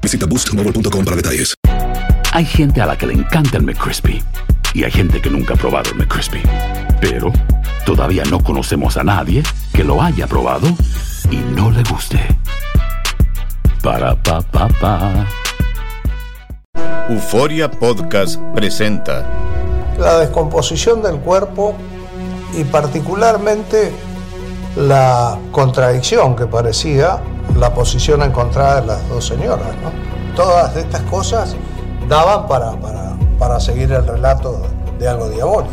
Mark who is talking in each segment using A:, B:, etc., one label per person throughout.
A: Visita boostmobile.com para detalles.
B: Hay gente a la que le encanta el McCrispy y hay gente que nunca ha probado el McCrispy. Pero todavía no conocemos a nadie que lo haya probado y no le guste. Para pa pa pa.
C: Euforia Podcast presenta.
D: la descomposición del cuerpo y particularmente la contradicción que parecía la posición encontrada de las dos señoras. ¿no? Todas estas cosas daban para, para, para seguir el relato de algo diabólico.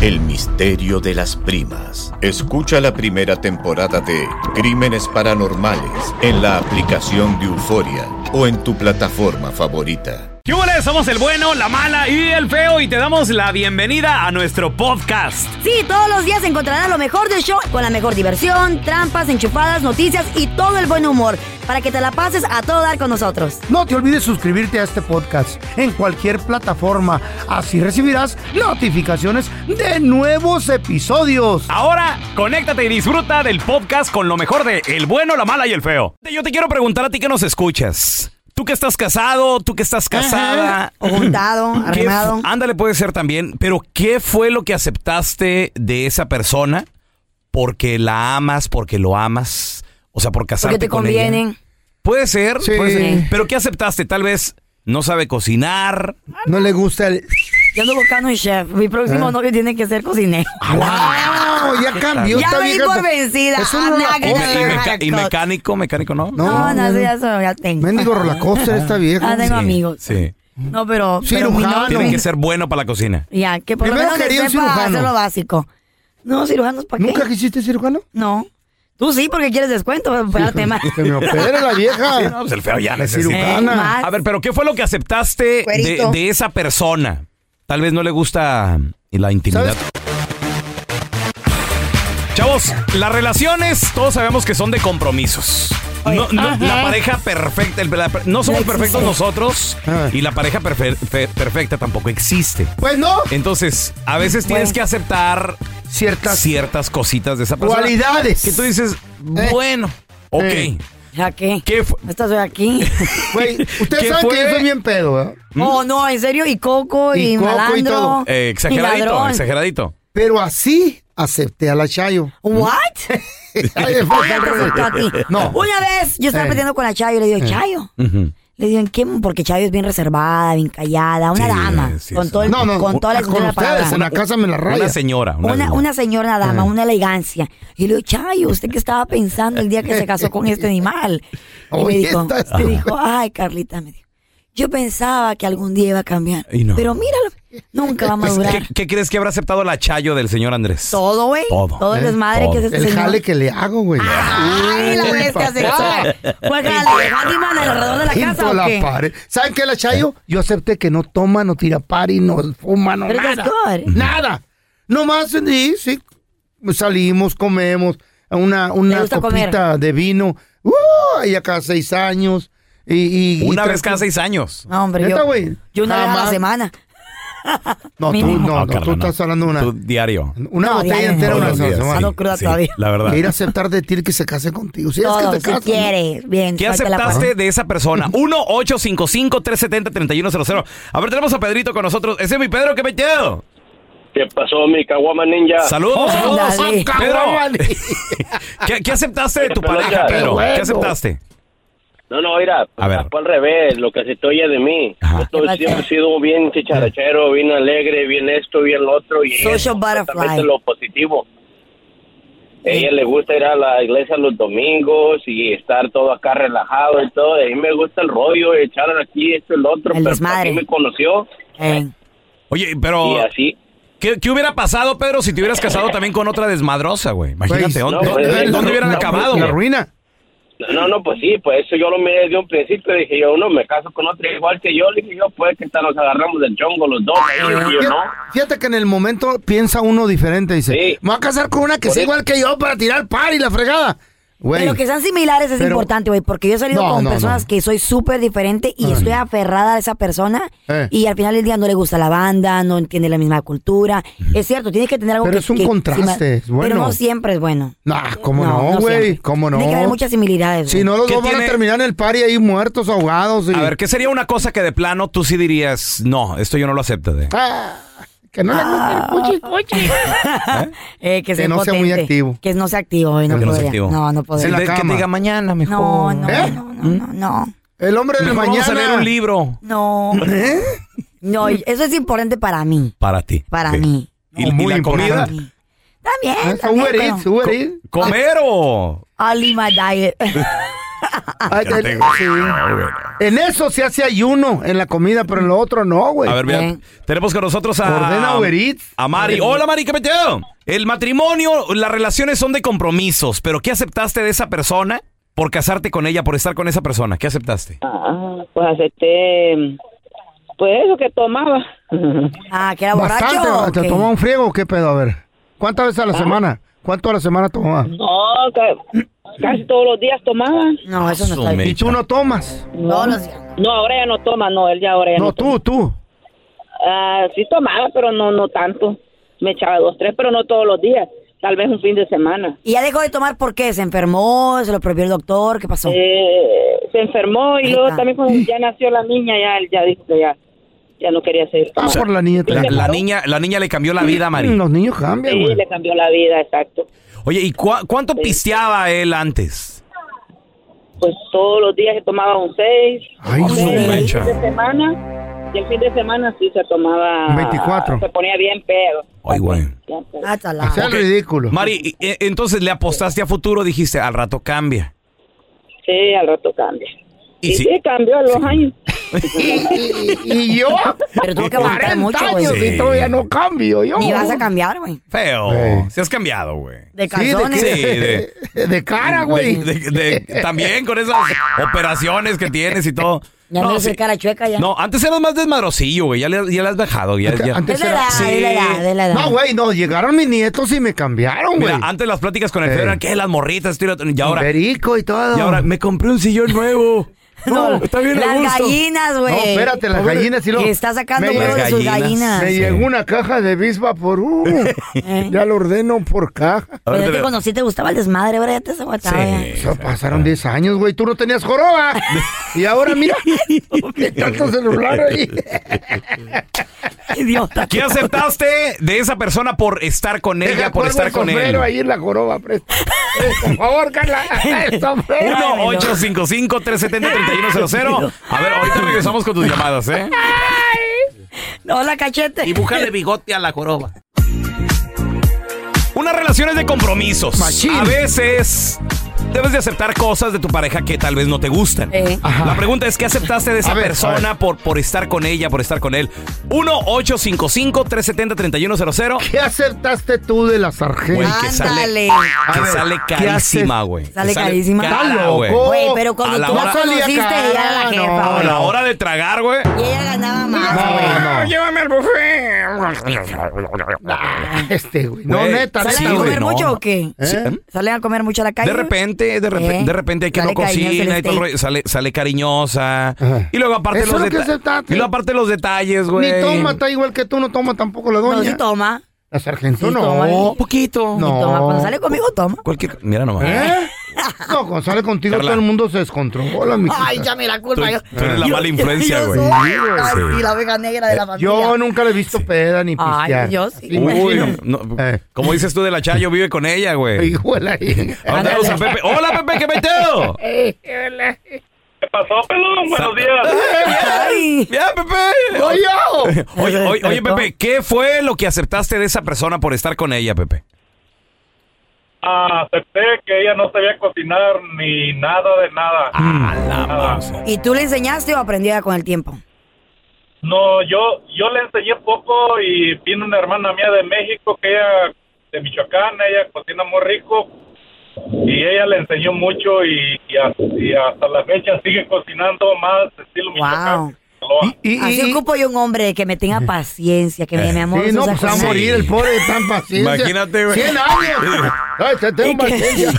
C: El misterio de las primas. Escucha la primera temporada de Crímenes Paranormales en la aplicación de Euforia o en tu plataforma favorita.
E: ¿Qué hubo, le? Somos el bueno, la mala y el feo y te damos la bienvenida a nuestro podcast.
F: Sí, todos los días encontrarás lo mejor del show con la mejor diversión, trampas, enchufadas, noticias y todo el buen humor para que te la pases a todo dar con nosotros.
G: No te olvides suscribirte a este podcast en cualquier plataforma. Así recibirás notificaciones de nuevos episodios.
E: Ahora, conéctate y disfruta del podcast con lo mejor de El bueno, la mala y el feo. Yo te quiero preguntar a ti que nos escuchas. Tú que estás casado, tú que estás casada.
F: O juntado,
E: ¿Qué fu-
F: arrimado.
E: Ándale, puede ser también. Pero, ¿qué fue lo que aceptaste de esa persona? Porque la amas, porque lo amas. O sea, por casarte
F: Porque te
E: con ella.
F: convienen.
E: Puede ser,
G: Sí.
E: puede ser. Pero, ¿qué aceptaste? Tal vez no sabe cocinar.
G: No le gusta el. Ah.
F: Yo ando buscando un chef. Mi próximo novio tiene que ser cocinero.
G: ¡Wow! Ya cambió.
F: Ya
G: esta
F: me di
G: vieja.
F: por vencida.
G: Eso no la
F: Ah, nada que
E: Y,
G: cosa.
E: me- y meca- y
F: Exacto.
E: mecánico, mecánico, ¿no?
F: No,
G: No,
F: no,
G: no,
F: eso ya, eso ya tengo.
G: Mendigo rollercoaster esta vieja.
F: Ah, tengo amigos.
E: Sí.
F: No, pero. pero mi
G: Cirujano.
F: novio-
E: Tiene que ser bueno para la cocina.
F: Ya, que por lo
G: Primero
F: menos que
G: quería un
F: sepa
G: cirujano.
F: hacer lo básico. No, cirujanos, ¿para qué?
G: ¿Nunca quisiste cirujano?
F: No. Tú sí, porque quieres descuento, pero tema.
G: Que me opere la
E: Sí, no,
G: vieja.
E: pues el feo ya
G: La
E: necesita.
G: cirujana.
F: Eh,
E: A ver, pero ¿qué fue lo que aceptaste de,
F: Cuerito.
E: de esa persona? Tal vez no le gusta la intimidad. Chavos, las relaciones todos sabemos que son de compromisos. No- no- la pareja perfecta, el- la- no somos
F: No existe.
E: perfectos nosotros
G: Ah.
E: y la pareja perfe- fe- perfecta tampoco existe.
G: Pues no.
E: Entonces, a veces tienes
F: Bueno.
E: que aceptar
G: Ciertas
E: ciertas cositas de esa persona.
G: cualidades.
E: Que tú dices, bueno, ok.
G: Eh.
F: ¿Ya qué?
E: ¿Qué fue?
F: No Estás hoy aquí.
G: Güey, ustedes
E: ¿Qué
G: saben
E: fue?
G: que yo soy bien pedo, ¿eh? ¿verdad?
F: Oh, no, en serio, y Coco,
G: ¿Mm?
F: y,
G: Y Coco y
F: Malandro.
G: todo.
E: Eh,
F: y
E: exageradito,
F: ladrón.
E: exageradito.
G: Pero así acepté a la Chayo.
F: ¿What?
G: Ay, de
F: Oye, te aceptó a
G: falta-
F: ti.
G: No.
F: Una vez yo estaba
G: Eh.
F: peleando con la Chayo y le digo, Chayo.
E: Ujú.
F: Le digo, ¿en qué? Porque Chayo es bien reservada, bien callada, una
E: Sí,
F: dama.
E: sí,
F: con,
E: sí.
F: todo el-
G: No, no,
F: ah, con toda la extensión
G: con
F: de la
G: ustedes
F: palabra.
G: en la casa me la raya.
E: Una señora. Una,
F: Una,
E: señora.
F: una señora dama, una elegancia. Y le digo, Chayo, ¿usted qué estaba pensando el día que se casó con este animal? Y me
G: Oye,
F: dijo,
G: estás-
F: me dijo, ay, Carlita, me dijo, yo pensaba que algún día iba a cambiar.
E: Y no.
F: Pero míralo, nunca va a
E: Pues,
F: madurar.
E: ¿qué, qué crees que habrá aceptado la chayo del señor Andrés?
F: Todo, güey.
E: Todo.
F: Todo. el
G: Eh,
F: desmadre
E: todo.
F: que es este
G: El
F: señor. Ah,
G: jale que le hago, güey.
F: Ay, la bestia se cae. Pues jale, Handyman alrededor de la casa,
G: Pinto
F: ¿o
G: la
F: qué?
G: pared. ¿Saben qué, la Chayo? Yo acepté que no toma, no tira pari, no fuma, no
F: Pero eh.
G: nada.
F: that's good.
G: Nada. Nomás, sí, sí. Salimos, comemos, una,
F: Le
G: una
F: gusta
G: copita
F: comer.
G: de vino. Uh, y acá seis años. Y, y-
E: Una
G: y
E: vez cada
G: tras-
E: seis años.
F: No, hombre,
G: ¿Neta,
F: yo,
G: güey?
F: yo una vez a la
G: Jamás.
F: semana.
G: No, tú,
F: mínimo.
G: no, no,
E: Carla,
G: tú estás hablando de una,
E: Ah, Tú diario.
G: una
F: No,
G: botella
F: diario.
G: entera
F: Todos
G: una
F: los
E: días,
G: semana.
F: Ando cruda
E: sí,
F: todavía.
E: La verdad.
G: Ir a aceptar de ti que se case contigo. Si es que
F: Todo,
G: te
F: si
G: casas.
F: quieres. Bien,
E: ¿Qué
F: suelta la
E: aceptaste de esa persona? 1-855-370-3100. A ver, tenemos a Pedrito con nosotros. Ese es mi Pedro, ¿qué metido?
H: ¿Qué pasó, mi Caguama Ninja?
E: Saludos.
F: Ándale.
E: saludos. Pedro,
G: Caguamani.
E: ¿qué, qué aceptaste de tu
H: Pero
E: pareja,
H: ya,
E: Pedro?
G: bueno.
E: ¿Qué aceptaste?
H: No, no, mira, pues,
E: A ver.
H: fue al revés, lo que se te oye de mí.
E: Ajá.
H: Yo todo- siempre he sido bien chicharachero, bien alegre, bien esto, bien lo otro. Y ella es
F: Social butterfly.
H: totalmente lo positivo. A ella le gusta ir a la iglesia los domingos y estar todo acá relajado y todo. A mí me gusta el rollo, echar aquí esto y lo otro.
F: El
H: pero
F: desmadre.
H: así me conoció
F: Eh,
E: Oye,
H: y
E: pero
H: así.
E: ¿qué, qué hubiera pasado, Pedro, si te hubieras casado también con otra desmadrosa, güey? Imagínate,
G: Güey,
E: ¿dónde,
H: no,
E: dónde-
H: pues,
E: dónde
H: no,
E: hubieran
H: no,
E: acabado?
G: La
E: güey?
G: ruina.
H: No, no, pues sí, pues eso yo lo miré desde un principio. Dije yo, no, me caso con otra igual que yo. Le dije yo, pues que hasta nos agarramos del chongo los dos. Y dije yo,
G: Fíjate,
H: no.
G: fíjate que en el momento piensa uno diferente. Dice,
H: Sí.
G: me voy a casar con una que
H: Por
G: sea
H: eso.
G: igual que yo para tirar par y la fregada. Güey.
F: Pero que sean similares es
G: Pero-
F: importante, güey, porque yo he salido
G: No,
F: con
G: no,
F: personas
G: no.
F: que soy súper diferente y
G: Ay.
F: estoy aferrada a esa persona
G: Eh.
F: y al final del día no le gusta la banda, no entiende la misma cultura. Es cierto, tienes que tener algo
G: Pero
F: que...
G: es un
F: que-
G: contraste, es bueno.
F: Pero no siempre es bueno.
G: Nah, cómo
F: No,
G: no,
F: no
G: güey.
F: siempre.
G: cómo no.
F: Tiene que haber muchas similitudes,
G: Si
F: güey.
G: no, los
E: ¿Qué
G: dos van a
E: tiene-
G: terminar en el party ahí muertos, ahogados. Y...
E: A ver, ¿qué sería una cosa que de plano tú sí dirías, no, esto yo no lo acepto? De...
G: Ah, que no le guste el cuchi, cuchi.
F: Ah. Eh, que,
G: no sea muy
F: potente,
G: activo.
F: Que no sea activo, güey, no
E: Que no sea
F: podría.
E: activo.
F: No, no
E: Sí,
G: En la
F: podría.
E: de- que
G: cama.
E: te diga mañana
F: No,
E: mejor.
F: no,
G: ¿Eh?
F: no, no, no, no.
G: El hombre del
E: Mejor
G: mañana. ¿Eh?
E: Vamos a leer un libro.
F: No. No, y eso es importante para mí.
G: Ah,
E: Para ti.
F: Para
E: Ok.
F: mí.
E: ¿Y,
G: No,
E: y
G: muy
E: la comida?
G: importante. Ah,
F: También.
G: esa
F: también
G: Uber Eats,
F: pero-
G: Uber Eats.
E: ¿Comer o...?
F: I'll leave my diet.
G: Ay, el- sí. En eso se hace ayuno, en la comida, pero en lo otro no, güey.
E: A ver, mira,
F: Eh.
E: tenemos con nosotros a...
G: Pues Ordena Uber Eats.
E: A Mari. Hola, Mari, ¿qué peteo? El matrimonio, las relaciones son de compromisos, pero ¿qué aceptaste de esa persona por casarte con ella, por estar con esa persona? ¿Qué aceptaste?
I: Ah, pues acepté, pues eso que tomaba.
F: Ah, que era borracho.
G: Bastante, ¿te
F: ok.
G: toma un friego o qué pedo? A ver, ¿cuántas veces a
H: Ah.
G: la semana? ¿Cuánto a la semana tomaba?
I: No, ca- casi todos los días tomaba.
F: No, eso no está
E: Asume.
F: bien.
G: Y tú no tomas.
F: No, no sé.
I: No, ahora ya no toma, no, él ya ahora ya no.
G: No, tú, tú.
I: toma. Ah, sí tomaba, pero no, no tanto. Me echaba dos, tres, pero no todos los días. Tal vez un fin de semana.
F: ¿Y ya dejó de tomar por qué? ¿Se enfermó? ¿Se lo prohibió el doctor? ¿Qué pasó?
I: Eh, se enfermó y
F: Ahí
I: luego
F: está.
I: también cuando ya nació la niña, ya él ya dijo que ya, ya no quería seguir
G: Ah, por
I: tomando.
G: la niña.
E: La,
G: también.
E: la niña, la niña le cambió la vida a Mari.
G: Los niños cambian,
I: Sí,
G: güey.
I: le cambió la vida, exacto.
E: Oye, ¿y cua- cuánto pisteaba él antes?
I: Pues todos los días se tomaba un seis.
G: Ay,
I: un
G: su
I: seis, el
E: mecha.
I: fin de semana. Y el fin de semana sí se tomaba.
G: Un 24.
I: Se ponía bien pedo.
E: Ay, güey.
I: Bien pedo.
F: Ah, chala.
G: Sea ridículo.
E: Mari, y- e- entonces le apostaste a futuro, dijiste, al rato cambia.
I: Sí, al rato cambia.
E: Y
I: Y,
E: sí.
I: sí, cambió a los años.
G: Y yo,
F: Pero tuvo que aguantar
G: 40
F: mucho, güey.
G: años
E: Sí.
G: y todavía no cambio. Yo.
F: Ni vas a cambiar, güey.
E: Feo.
G: Güey.
E: Se has cambiado, güey.
G: Sí, de,
F: De calzones.
G: qué?
E: Sí, de-
G: de cara, güey.
E: De- de- de- también con esas operaciones que tienes y todo.
F: Ya no, se
E: sí.
F: cara chueca ya.
E: No, antes eras más desmadrosillo, güey. Ya le, ya le has bajado. Ya, ya.
G: Antes
F: Es la
G: era-
F: edad,
E: Sí.
F: es la edad, es la edad.
G: No, güey, no. Llegaron mis nietos y me cambiaron, güey.
E: Mira, antes las pláticas con el
G: Eh.
E: Pedro eran que las morritas, esto y lo otro, y ahora,
G: Perico y todo.
E: y ahora me compré un sillón nuevo. No, está bien a
F: Las
E: gusto.
F: gallinas, güey.
G: No, espérate, las gallinas y lo.
F: Que está sacando
G: Me
F: huevos de sus
E: gallinas.
F: gallinas.
G: Me
E: Sí. Eh.
G: llegó una caja de bisba por uno. ya lo ordeno por caja.
E: A
F: Pero
E: ver,
F: ya
E: te
F: te
E: veo.
F: conocí, te gustaba el desmadre, ahora ya te has aguantado.
E: Sí.
G: O sea, pasaron 10 años, güey. Tú no tenías joroba. y ahora, mira. de tanto celular ahí.
F: ya. Idiota.
E: ¿Qué aceptaste de esa persona por estar con ella,
G: Deja,
E: por
G: cuelgo
E: estar
G: el
E: con él?
G: sombrero ahí en la joroba. presta. Eh, Por favor, Carla. El sombrero.
E: 1-855-370-3100. A ver, ahorita regresamos con tus llamadas, ¿eh?
F: Hola, cachete.
E: búscale bigote a la coroba. Unas relaciones de compromisos.
G: Machín.
E: A veces debes de aceptar cosas de tu pareja que tal vez no te gustan.
F: Eh.
G: Ajá.
E: La pregunta es, ¿qué aceptaste de esa
G: A ver, a
E: persona por, por estar con ella, por estar con él? 1-855-370-3100.
G: ¿Qué aceptaste tú de la sargento?
E: Güey, que sale,
F: Ándale.
E: que
G: A ver,
E: sale
G: ¿qué
E: carísima, güey.
F: ¿Sale
E: Que
F: carísima?
E: cara,
G: Está loco.
E: güey.
F: Güey, pero
E: A
F: cuando
E: la
F: tú la
E: hora-
F: conociste, ella era la
G: No,
F: jefa,
E: A
F: güey.
E: la hora de tragar, güey.
F: Y ella ganaba más, güey.
G: No, no.
E: Llévame al buffet.
G: Ah, Este, güey. No,
E: Güey,
G: neta,
E: sí,
F: ¿Salen
G: neta,
F: a
G: güey.
F: comer
E: no.
F: mucho o qué?
G: ¿Eh?
F: ¿Salen a comer mucho a la calle?
E: De repente, de, repe-
F: Eh,
E: de repente hay que
F: sale
E: no cocina
F: cariñosa
E: y todo el
F: el
E: rollo, sale, sale cariñosa.
G: Ajá.
E: Y luego aparte
G: Eso es
E: los
G: lo que
E: detalles.
G: aceptaste.
E: Y luego aparte los detalles, güey.
G: Ni toma, está igual que tú, no toma tampoco la
F: No,
G: doña.
F: sí toma.
G: La sargento
F: Sí
G: no.
F: toma,
E: Un poquito.
G: No.
F: Sí toma. Cuando sale conmigo, toma.
E: Cualquier co- Mira nomás.
G: ¿Eh? No, cuando sale contigo
E: Carla.
G: todo el mundo se descontrola, mi
F: Ay, ya me la culpa. Yo,
E: tú eres la mala influencia,
F: yo
E: güey.
F: soy-
E: Sí, güey.
F: Ay,
E: Sí. Eh,
F: sí, la oveja negra de la familia.
G: Yo nunca le he visto peda ni
F: Ay,
G: pistear.
F: yo sí.
G: Así,
E: Uy,
G: imagino.
E: no, no,
G: Eh.
E: como dices tú de la Chayo, vive con ella, güey.
G: Híjole ahí.
E: Ahora tenemos a Pepe. ¡Hola, Pepe! ¿Qué meteo?
J: ¿Qué pasó, pelón? Buenos días.
E: ¡Ya, Pepe!
G: ¡Oye!
E: Oye, oye, oye, Pepe, ¿qué fue lo que aceptaste de esa persona por estar con ella, Pepe?
J: Ah, acepté que ella no sabía cocinar ni nada de nada. Nada.
F: ¿Y tú le enseñaste o aprendió ya con el tiempo?
J: No, yo yo le enseñé poco y vino una hermana mía de México que ella de Michoacán, ella cocina muy rico y ella le enseñó mucho y, y hasta, y hasta la fecha sigue cocinando más estilo
F: Wow.
J: Michoacán.
F: Así ocupo yo un hombre que me tenga paciencia, que me, mi amor.
G: Sí, no,
F: Susan,
G: pues va a
F: con-
G: morir el pobre de tan paciencia.
E: Imagínate, güey.
G: 100 años. Ay, te
F: Y
G: tengo paciencia.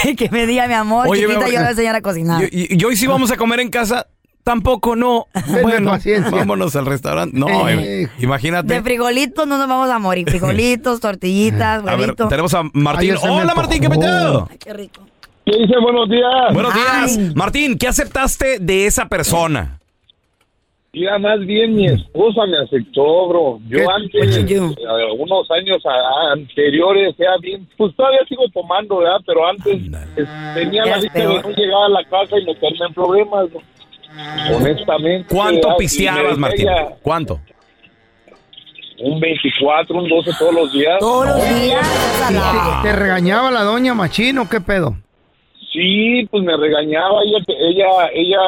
F: que, que me diga, mi amor,
E: Oye, mi
F: chiquita, yo
E: amor.
F: le voy a enseñar a cocinar.
E: ¿Y, y- y hoy sí vamos a comer en casa? Tampoco, no.
G: Tenme paciencia.
E: vámonos al restaurante. No,
G: Eh.
E: eh, imagínate.
F: De frijolitos no nos vamos a morir. Frijolitos, tortillitas,
E: A ver,
F: huevito.
E: tenemos a
G: Ay,
E: Martín.
G: ese me
E: Hola, Martín, ¿qué
G: antojó.
E: metido?
F: Ay, qué rico.
J: ¿Qué dice? Buenos días.
E: Buenos días.
F: Ay.
E: Martín, ¿qué aceptaste de esa persona?
J: Mira, más bien mi esposa me aceptó, bro. Yo
G: ¿Qué?
J: antes, eh, unos años a- a- anteriores, era bien, pues todavía sigo tomando, ¿verdad? Pero antes es- tenía
F: Ya
J: la
F: es
J: vista de
F: peor.
J: no llegar a la casa y meterme en problemas, bro. honestamente.
E: ¿Cuánto
J: ¿verdad? Y me
E: pisteabas,
J: decía
E: Martín?
J: ella,
E: ¿Cuánto?
J: Un 24, un 12 todos los días.
F: Todos los días. estás al-
G: ¿Te regañaba la doña Machino? ¿Qué pedo?
J: Sí, pues me regañaba, ella, ella, ella,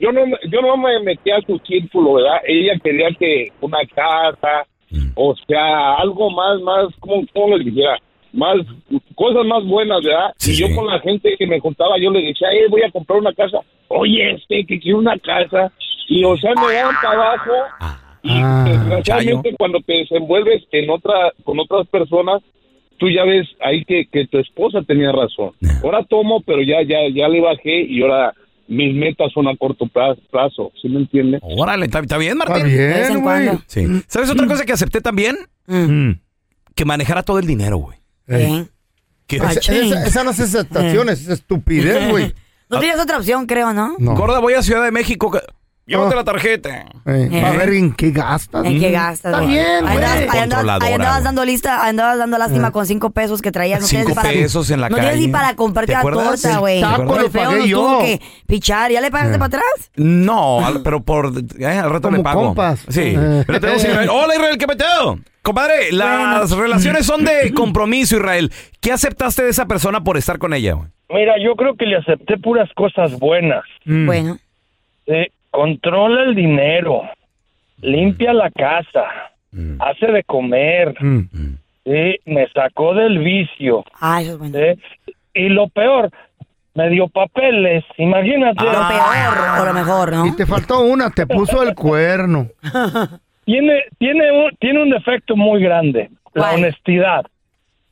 J: yo no, me- yo no me metía a su círculo, ¿verdad? Ella quería que una casa,
E: Mm.
J: o sea, algo más, más, ¿cómo, cómo les dijera? Más, cosas más buenas, ¿verdad?
E: Sí,
J: y yo
E: sí.
J: con la gente que me juntaba, yo le decía, eh, voy a comprar una casa. Oye, este, que quiero una casa. Y, o sea, me daban para abajo. Y,
G: Ah,
J: desgraciadamente, cuando te desenvuelves en otra, con otras personas, tú ya ves ahí que, que tu esposa tenía razón. Ahora tomo, pero ya, ya, ya le bajé y ahora mis metas son a corto pla- plazo, ¿sí me entiendes?
E: Órale, ¿está está bien,
G: Está
E: Martín?
F: De vez en
G: bien, güey.
F: cuando.
E: Sí. ¿Sabes otra cosa que acepté también?
F: Mm.
E: Que manejara todo el dinero, güey.
F: Bien.
E: Que-
F: Ay, Eh.
G: Esa,
F: ching.
G: esa- esa no es aceptaciones, es estupidez, güey.
F: No tienes otra opción, creo, ¿no?
G: No. Ah.
E: Gorda, voy a Ciudad de México. que- Llévate la tarjeta.
G: Eh, va a ver en qué gastas.
F: ¿En qué
G: Mm.
F: gastas?
G: Está
F: güey?
G: bien, Eh.
F: Ahí
G: güey.
F: andabas, ahí andabas, ahí
E: Controladora,
F: andabas
E: güey.
F: dando lista, ahí andabas dando lástima con cinco pesos que traías. No tienes
E: Cinco
F: para,
E: pesos en la
F: no
E: calle.
F: tienes ni para comprarte
E: ¿Te
F: la
E: acuerdas?
F: torta,
E: El
F: güey.
G: taco
F: Por
G: lo pagué
F: nos
G: yo. Eh.
F: tuvo que pichar. ¿Ya le pagaste para atrás?
E: No, al- pero por eh, al rato
G: Como
E: le pago.
G: compas.
E: Sí.
G: Eh.
E: Pero tenemos a Israel. Hola Israel, ¿qué peteo? Compadre, las relaciones son de compromiso, Israel. ¿Qué aceptaste de esa persona por estar con ella, güey?
K: Mira, yo creo que le acepté puras cosas buenas.
G: Mm.
F: Bueno.
K: Eh, controla el dinero, limpia la casa,
G: Mm.
K: hace de comer, eh, me sacó del vicio.
F: Ay, eso es bueno.
K: eh, y lo peor, me dio papeles, imagínate.
F: Ah. Lo
G: Ah.
F: peor o lo mejor,
G: Y
F: ¿no?
G: te faltó una, te puso el cuerno.
K: Tiene, tiene, un, tiene un defecto muy grande, la
F: ¿Cuál?
K: honestidad.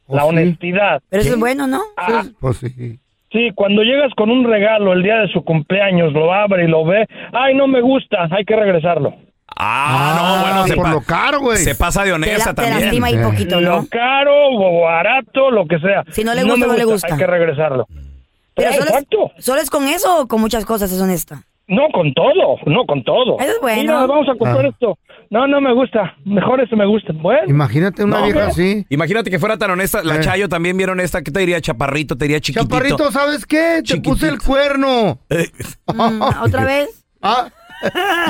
G: Oh,
K: La
G: sí.
K: honestidad.
F: Pero eso es bueno, ¿no?
K: Ah,
G: Pues sí.
K: Sí, cuando llegas con un regalo el día de su cumpleaños, lo abre y lo ve. Ay, no me gusta, hay que regresarlo.
E: Ah, no, bueno, se,
G: por
E: pa-
G: lo caro, güey.
E: se pasa de
F: Te,
E: honesta
F: la- te
E: también.
F: lastima ahí
G: Eh.
F: poquito,
K: Lo
F: ¿no?
K: caro, o barato, lo que sea.
F: Si no le gusta,
K: me
F: no le gusta.
K: Hay que regresarlo.
F: Pero
K: Eh,
F: solo
K: exacto.
F: es, solo es con eso o con muchas cosas es honesta.
K: No, con todo, no con todo.
F: Eso es bueno.
K: Mira, vamos a comprar
G: Ah.
K: esto. No, no me gusta. Mejor este eso me gusta. Bueno,
G: Imagínate una
K: No,
G: vieja
K: pero-
G: así.
E: Imagínate que fuera tan honesta. La
G: Eh.
E: Chayo también bien honesta. ¿Qué te diría? Chaparrito, te diría chiquitito.
G: Chaparrito, ¿sabes qué? Te puse el
E: Chiquitito.
G: cuerno.
E: Eh,
F: Mm, ¿Otra vez?
G: Ah,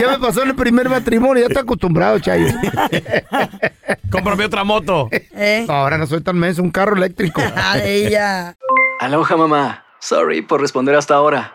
G: ya me pasó en el primer matrimonio, ya está acostumbrado, Chayo.
E: cómprame otra moto.
F: ¿Eh? Ah,
G: No, ahora no soy tan menso, un carro eléctrico.
F: Ay, ya.
L: Aloha mamá. Sorry por responder hasta ahora.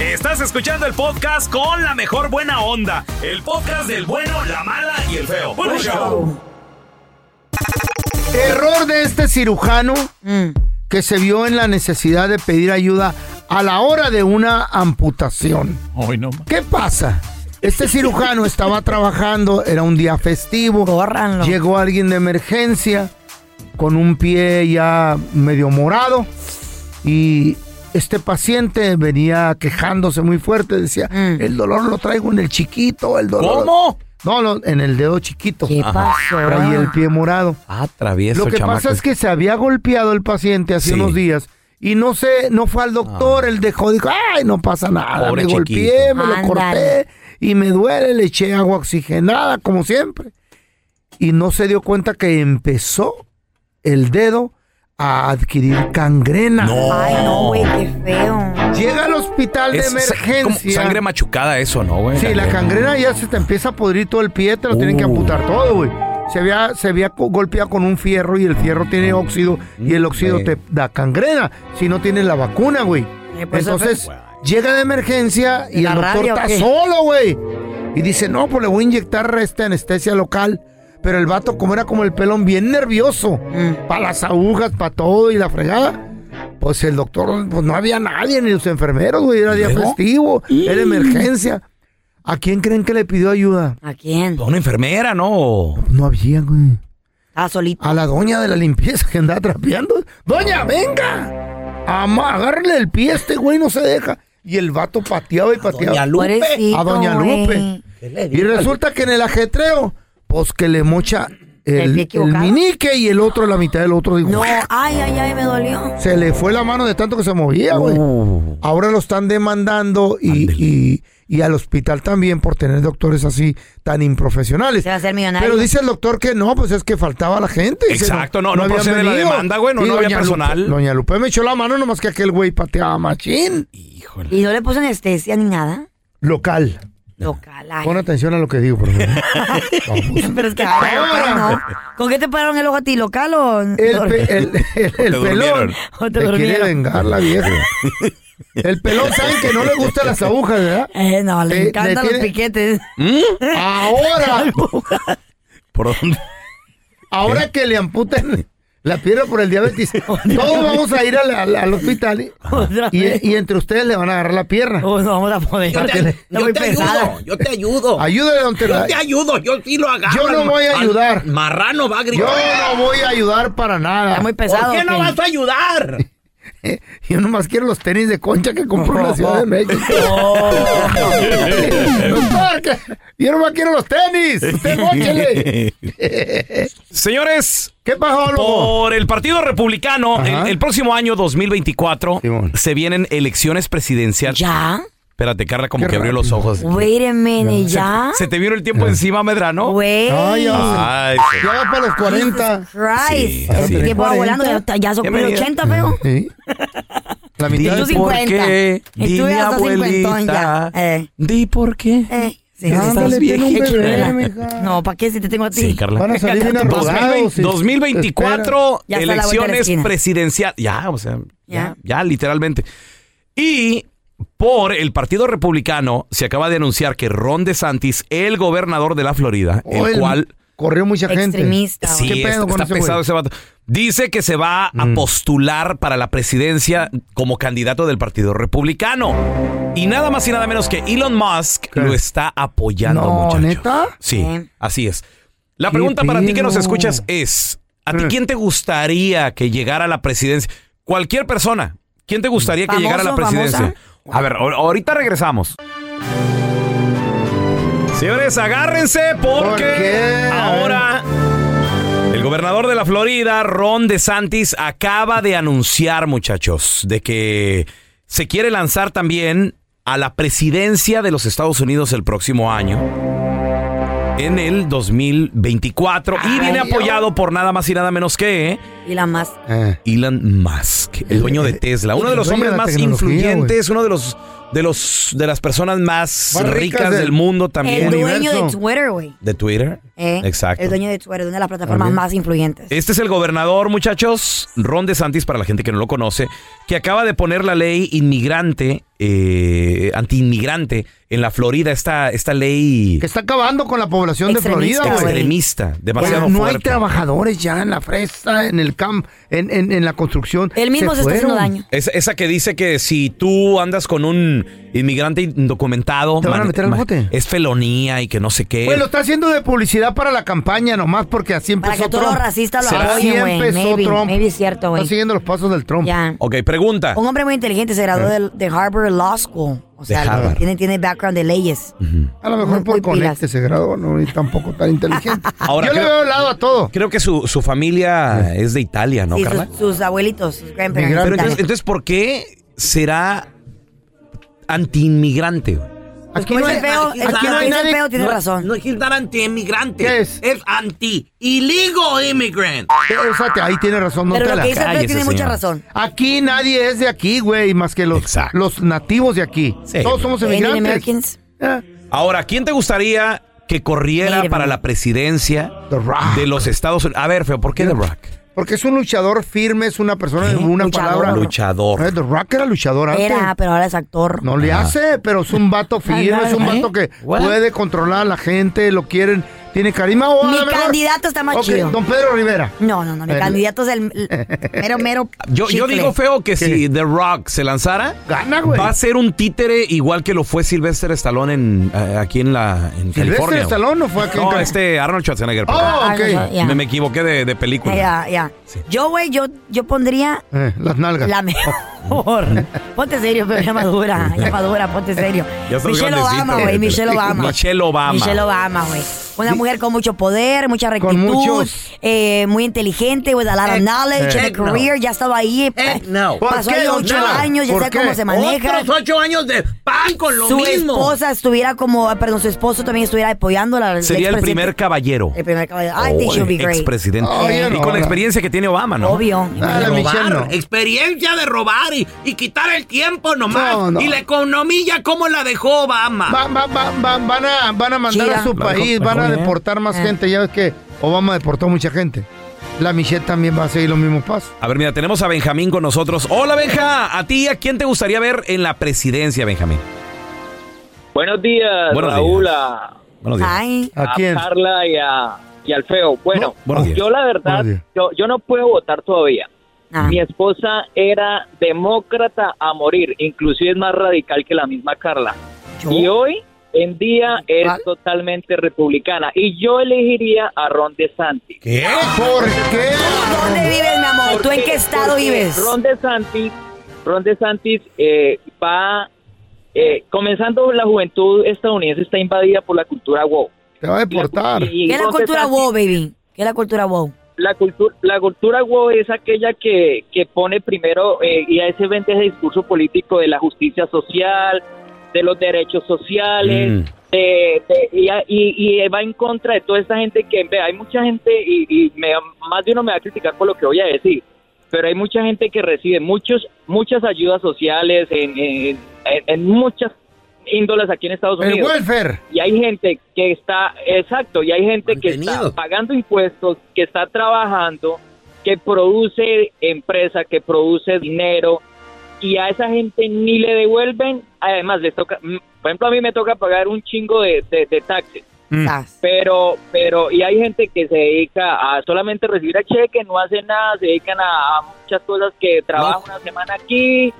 E: Estás escuchando el podcast con la mejor buena onda. El podcast del bueno, la mala y el feo. Bueno, show.
G: Error de este cirujano que se vio en la necesidad de pedir ayuda a la hora de una amputación.
E: Hoy no.
G: ¿Qué pasa? Este cirujano estaba trabajando, era un día festivo. Llegó alguien de emergencia con un pie ya medio morado y este paciente venía quejándose muy fuerte, decía, el dolor lo traigo en el chiquito, el dolor.
E: ¿Cómo?
G: No, lo- en el dedo chiquito. ¿Qué
E: Ajá. pasó?
G: Traía el pie morado.
E: Ah, travieso,
G: Lo que
E: chamaco.
G: pasa es que se había golpeado el paciente hace
E: Sí. Ah.
G: unos días y no sé, no fue al doctor, él dejó, dijo, ay, no pasa nada,
E: Pobre
G: me golpeé,
E: chiquito.
G: me lo
E: Ándale.
G: corté y me duele, le eché agua oxigenada como siempre. Y no se dio cuenta que empezó el dedo a adquirir cangrena.
E: Ay, no, güey, qué
G: Ah.
F: feo.
G: Llega al hospital de
E: Es sa- como
G: emergencia.
E: sangre machucada eso, ¿no, güey? Uh.
G: Sí, la cangrena ya se te empieza a podrir todo el pie, te lo tienen que amputar todo, güey. Se había, se había co- golpeado con un fierro y el fierro
E: Ah,
G: tiene óxido y el óxido
E: Sí.
G: te da cangrena si no tienes la vacuna, güey.
E: Eh, pues,
G: Entonces,
E: Guay.
G: llega de emergencia y
E: ¿La
G: el doctor
E: radio o
G: está
E: qué?
G: solo, güey. Y dice, no, pues le voy a inyectar esta anestesia local. Pero el vato, como era como el pelón, bien nervioso.
E: Mm.
G: Para las agujas, para todo y la fregada. Pues el doctor, pues no había nadie, ni los enfermeros, güey. Era día
E: ¿Luego?
G: festivo, era
E: Y-
G: emergencia. ¿A quién creen que le pidió ayuda?
F: ¿A quién?
E: A Una enfermera, ¿no?
G: No había, güey.
F: Ah, solito.
G: A la doña de la limpieza que andaba trapeando. ¡Doña, venga! Ama, agárrele el pie, este güey no se deja. Y el vato pateaba y pateaba.
M: Doña Lupe.
G: A Doña
M: Pobrecito,
G: Lupe.
M: güey.
G: Y resulta que en el ajetreo, pues que le mocha
F: ¿El
G: el,
F: pie
G: el
F: equivocado?
G: minique y el otro, la mitad del otro. Digo,
F: No, ay, ay, ay, me dolió.
G: se le fue la mano de tanto que se movía, güey.
F: Uh.
G: Ahora lo están demandando y, y- y al hospital también por tener doctores así tan improfesionales.
F: Se va a hacer millonario.
G: Pero dice el doctor que no, pues es que faltaba la gente. Dice,
E: Exacto, no, no
G: habían
E: procede la
G: venido.
E: demanda, güey, no,
G: Y
E: no había
G: doña Lupe-
E: personal.
G: doña Lupe me echó la mano nomás que aquel güey pateaba machín.
F: Y no le puso anestesia ni nada.
G: Local.
F: Local. ay.
G: Pon atención a lo que digo, por favor. No, pues,
F: Pero es que, ay, local, ¿no? ¿Con qué te pararon el ojo a ti, local o...?
G: El, pe- el- el- el pelón
F: ¿O te
G: te quiere
F: durmieron?
G: vengar la vieja. El pelón saben que no le gustan las agujas, ¿verdad?
F: Eh, no,
G: Eh,
F: le encantan los
G: tiene- Ah.
F: piquetes.
E: ¿Mm?
G: Ahora,
E: ¿Por dónde?
G: ahora que le amputan la piedra por el diabetes, todos vamos a ir a la- al, al hospital y- y, y entre ustedes le van a agarrar la pierna.
F: no vamos a poder.
M: Yo te, yo te ayudo, yo te ayudo.
G: Ayúdale, don Tela.
M: Yo te ayudo, yo sí lo agarro.
G: Yo no
M: al-
G: voy a
M: al
G: ayudar.
M: Marrano va a
G: Yo
M: gritar.
G: no voy a ayudar para nada.
M: Está muy pesado, ¿Por qué no ¿o qué? vas a ayudar?
G: Yo nomás quiero los tenis de concha que compró en la Ciudad de México. Doctor, que- Yo nomás quiero los tenis. Usted móchele.
E: Señores,
G: ¿qué pasó, loco?
E: Por el Partido Republicano,
G: Ajá.
E: el, el próximo año 2024 se vienen elecciones presidenciales.
F: ¿Ya?
E: Espérate, Carla, como que abrió los ojos.
F: Wait a minute, ¿ya?
E: ¿Se te vino el tiempo encima, Medrano?
F: Güey. Ay, ya.
E: Ay, sí.
G: Eh. Ya va para los 40.
F: Christ.
E: sí.
F: el tiempo va
G: 40.
F: volando, ya, está- ya son
G: Ya
F: el
G: me-
F: 80, feo.
G: Sí. La
F: Y
G: mitad
F: tú
G: del-
F: 50. Y tú ya estás cincuentón ya. Eh.
E: Di por qué.
F: Eh. Sí,
E: Estás
F: Ándale,
E: bien
F: tiene un
E: hecho,
F: bebé,
E: Carla.
F: mija. No, ¿para qué si te tengo a ti?
E: Sí, Carla. Van a salir bien 2020
G: arrugados, sí.
E: 2024,
F: Ya está a la vuelta de la
E: elecciones
F: esquina.
E: presidenciales. Ya, o sea,
F: Ya.
E: ya. ya, literalmente. Y por el Partido Republicano se acaba de anunciar que Ron DeSantis, el gobernador de la Florida,
G: Oh,
E: el
G: él
E: cual...
G: Corrió mucha gente.
F: Extremista,
E: Sí,
G: ¿Qué
E: es-
G: pedo con
E: está
G: ese güey?
E: pesado ese vato. Dice que se va
G: Mm.
E: a postular para la presidencia como candidato del Partido Republicano. Y nada más y nada menos que Elon Musk lo está apoyando,
G: No,
E: muchachos.
G: ¿neta?
E: Sí,
G: Sí.
E: así es. La
G: Qué
E: pregunta para ti que nos
G: pedo. Eh.
E: escuchas es, ¿a ti quién te gustaría que llegara a la presidencia? Cualquier persona, ¿quién te gustaría que
F: ¿Famoso,
E: llegara a la presidencia? A ver, ahor- ahorita regresamos. Señores, agárrense porque ahora el gobernador de la Florida, Ron DeSantis, acaba de anunciar, muchachos, de que se quiere lanzar también a la presidencia de los Estados Unidos el próximo año. En el 2024. y viene apoyado por nada más y nada menos que
F: Elon Musk.
E: Elon Musk, el dueño de Tesla, uno de los
F: El dueño
E: hombres
F: de la
E: más
F: tecnología,
E: influyentes, uno de los de los de las personas más
F: Más ricas
E: ricas
F: del
E: del mundo también.
F: El dueño de Twitter, güey.
E: de Twitter.
F: Eh,
E: Exacto.
F: El dueño de Twitter, una de las plataformas más influyentes.
E: Este es el gobernador, muchachos, Ron DeSantis, para la gente que no lo conoce, que acaba de poner la ley inmigrante, eh, antiinmigrante, en la Florida, esta, esta ley
G: Que está acabando con la población de Florida, güey.
E: extremista, demasiado
G: Ya no hay
E: fuerte.
G: trabajadores ya en la fresa, en el camp, en, en- en la construcción. Él
E: fueron. Esa, esa que dice que si tú andas con un inmigrante indocumentado,
G: Te van a
E: man-
G: meter al
E: man-
G: bote.
E: es felonía y que no sé qué.
G: Güey, lo está haciendo de publicidad para la campaña nomás porque así empezó
F: Para que todos
G: Trump.
F: los racistas lo
G: Así
F: apoyen, güey.
G: empezó
F: Maybe,
G: Trump.
F: maybe es cierto, güey.
G: Está siguiendo los pasos del Trump.
F: Ya.
E: Ok, pregunta.
F: Un hombre muy inteligente se graduó
E: Eh.
F: del- de, Harvard Law School. O sea,
G: Harvard.
F: tiene, tiene background de leyes.
G: A lo mejor por conecte Este se graduó, no y tampoco tan inteligente.
E: Ahora,
G: Yo le
E: creo-
G: veo el lado a todo.
E: Creo que su, su familia es de Italia, ¿no,
F: Sí,
E: Carla?
F: sus, sus abuelitos, sus grandparents.
E: Pero
F: también.
E: entonces, entonces, ¿por qué será antiinmigrante?
F: Pues como es el feo, el que lo dice el feo tiene
M: No-
F: razón.
M: No es Gildan anti-inmigrante.
E: Eh,
M: es? anti illegal immigrant.
G: O sea, te- ahí tiene razón, no
M: Pero
G: te
M: lo
G: la
M: que dice el Fred
G: calles,
M: tiene mucha
G: señor.
M: razón.
G: Aquí nadie es de aquí, güey, más que los, los nativos de aquí. Todos somos
F: Alien
G: emigrantes.
F: Americans.
E: Ahora, ¿quién te gustaría que corriera para la presidencia de los Estados Unidos? A ver, feo, ¿por qué The Rock?
G: Porque es un luchador firme, es una persona de una palabra.
E: Luchador.
G: Eh, The Rock era luchador antes.
F: Era, pero ahora es actor. ¿eh?
G: No le
F: Ah.
G: hace, pero es un vato firme, es un vato que
F: What?
G: puede controlar a la gente, lo quieren, tiene carisma. o a
F: Mi
G: lo mejor-
F: candidato está más
G: Ok,
F: chido.
G: Don Pedro Rivera.
F: No, no, no. Mi
G: El-
F: candidato es el, el mero, mero.
E: Yo, yo
F: chicle.
E: digo, feo, que si The Rock se lanzara, va a ser un títere igual que lo fue Sylvester Stallone en, eh, aquí en, la, en
G: ¿Sylvester
E: California. güey.
G: Stallone o fue aquí en
E: No,
G: Cali-
E: este Arnold Schwarzenegger.
G: Oh,
E: perdón.
G: ok. Arnold,
F: ya.
E: Me, me equivoqué de, de película.
F: Ya, ya. Yo, güey, yo, yo pondría
G: Eh, las nalgas.
F: la mejor. ponte serio, pero ya madura. Ya madura, ponte serio.
E: Ya estás
F: Michelle
E: grandecito,
F: Obama,
E: güey, te
F: güey.
E: lo
F: Michelle
E: digo.
F: Obama.
E: Michelle Obama.
F: Michelle Obama, güey. Una mujer con mucho poder, mucha rectitud,
G: muchos-
F: eh, muy inteligente, with a lot of
M: Eh,
F: knowledge,
M: eh,
F: and a
M: no.
F: career, ya estaba ahí. eh,
M: No.
F: Pasó ahí ocho años, ya sabe cómo se maneja.
M: Otros ocho años de pan con lo
F: su
M: mismo.
F: esposa estuviera como, ah, perdón, su esposo también estuviera apoyándola. al
E: Sería el
F: expresidente.
E: primer caballero.
F: El primer caballero. I think
E: Oh,
F: she'll be great.
E: expresidente.
F: Oh, yeah,
E: y
F: no,
E: con la
F: no.
E: experiencia que tiene Obama, ¿no?
G: Ah,
F: Obvio.
E: Ah,
M: De robar, Experiencia de robar y, y quitar el tiempo nomás.
G: No, no.
M: Y la economía, ¿cómo la dejó Obama?
G: Va- va- va- va- van, a, van a mandar
M: Chida.
G: a su
M: La
G: país,
M: dejó-
G: van a
E: ¿eh?
M: dejó bien.
G: deportar más
M: Ah.
G: gente. Ya ves que Obama deportó mucha gente. La Michelle también va a seguir los mismos pasos.
E: A ver, mira, tenemos a Benjamín con nosotros. Hola, Benja. ¿A ti a quién te gustaría ver en la presidencia, Benjamín?
N: Buenos días,
E: Buenos
N: Raúl,
E: días.
N: a,
E: Buenos días.
N: a Carla y, a, y al Feo. Bueno, yo la verdad, yo, yo no puedo votar todavía. Mi esposa era demócrata a morir, inclusive es más radical que la misma Carla. Y hoy en día es totalmente republicana. Y yo elegiría a Ron DeSantis.
E: ¿Qué?
G: ¿Por qué?
F: ¿Dónde vives, mi amor? ¿Tú en qué estado
N: Porque
F: vives?
N: Ron DeSantis, Ron DeSantis eh, va... eh, comenzando la juventud estadounidense está invadida por la cultura woke.
G: Te va a deportar.
F: ¿Qué es la cultura wow, baby? ¿Qué es la cultura wow?
N: La, cultu- la cultura woke es aquella que, que pone primero eh, y a ese vende ese discurso político de la justicia social, de los derechos
I: Mm.
N: sociales,
G: Mm.
N: de- Eh, de- y, a- y- y va en contra de toda esta gente que ve, hay mucha gente y, y me- más de uno me va a criticar por lo que voy a decir, pero hay mucha gente que recibe muchos muchas ayudas sociales en, en- en- en muchas índolas aquí en Estados
G: El
N: Unidos.
G: welfare.
N: Y hay gente que está, exacto, y hay gente que está pagando impuestos, que está trabajando, que produce empresa, que produce dinero, y a esa gente ni le devuelven. Además, les toca, mm, por ejemplo, a mí me toca pagar un chingo de, de, de taxes. Pero, pero, y hay gente que se dedica a solamente recibir a cheque, no hace nada, se dedican a, a muchas cosas que trabajan una semana aquí.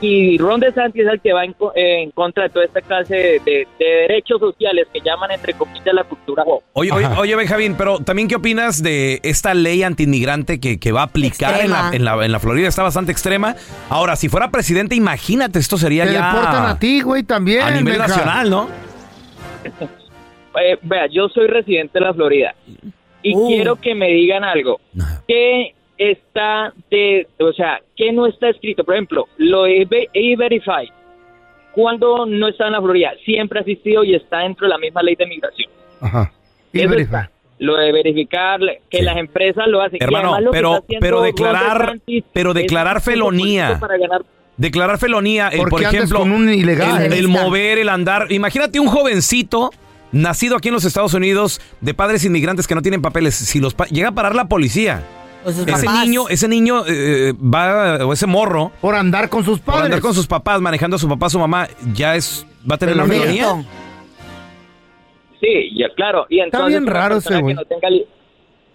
N: Y Ron DeSantis es el que va en, co- eh, en contra de toda esta clase de, de- de derechos sociales que llaman, entre comillas, la cultura woke.
E: Oye, oye, oye, Benjamín, pero también qué opinas de esta ley antiinmigrante que, que va a aplicar en la,
N: Extrema.
E: en, la, en la Florida. Está bastante extrema. Ahora, si fuera presidente, imagínate, esto sería
G: Te
E: ya
G: deportan a ti, güey, también.
E: a nivel
G: Benja.
E: nacional, ¿no?
N: Eh, vea, yo soy residente de la Florida y
E: Oh.
N: quiero que me digan algo. ¿Qué está de, o sea, qué no está escrito? Por ejemplo, lo de ve- E-Verify, cuando no está en la Florida, siempre ha existido y está dentro de la misma ley de migración.
G: Ajá. Y
N: Eso
G: verifica.
N: lo de verificar que las empresas lo hacen. Y
E: Hermano,
N: además lo que
E: pero,
N: está haciendo
E: pero
N: Ron
E: declarar,
N: DeSantis
E: pero
N: es
E: declarar
N: un populismo
E: felonía.
N: para ganar
E: Declarar felonía, el,
G: ¿Por
E: por
G: qué andas
E: ejemplo,
G: con un ilegal?
E: el, el
G: Ilegal.
E: mover, el andar. Imagínate un jovencito nacido aquí en los Estados Unidos de padres inmigrantes que no tienen papeles. Si los pa- llega a parar la policía, ese niño, ese niño eh, va o ese morro
G: por andar con sus
E: padres, andar con sus papás, manejando a su papá, su mamá, ya es va a tener la
N: Felonía.
E: felonía.
N: Sí, ya, claro. Y entonces,
E: bien
N: una
E: raro
N: persona
E: ese güey.
N: que no tenga li-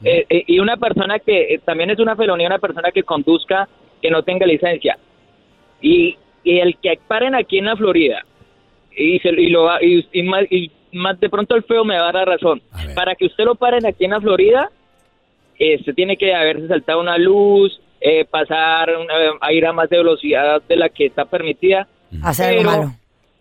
N: eh, eh, y una persona que eh, también es una felonía, una persona que conduzca que no tenga licencia. Y, y el que paren aquí en la Florida, y, se- y lo va- y, y más, y más de pronto el feo me va a dar razón. Para que usted lo paren aquí en la Florida, eh, se tiene que haberse saltado una luz, eh, pasar una- a ir a más de velocidad de la que está permitida.
F: Hacer algo malo.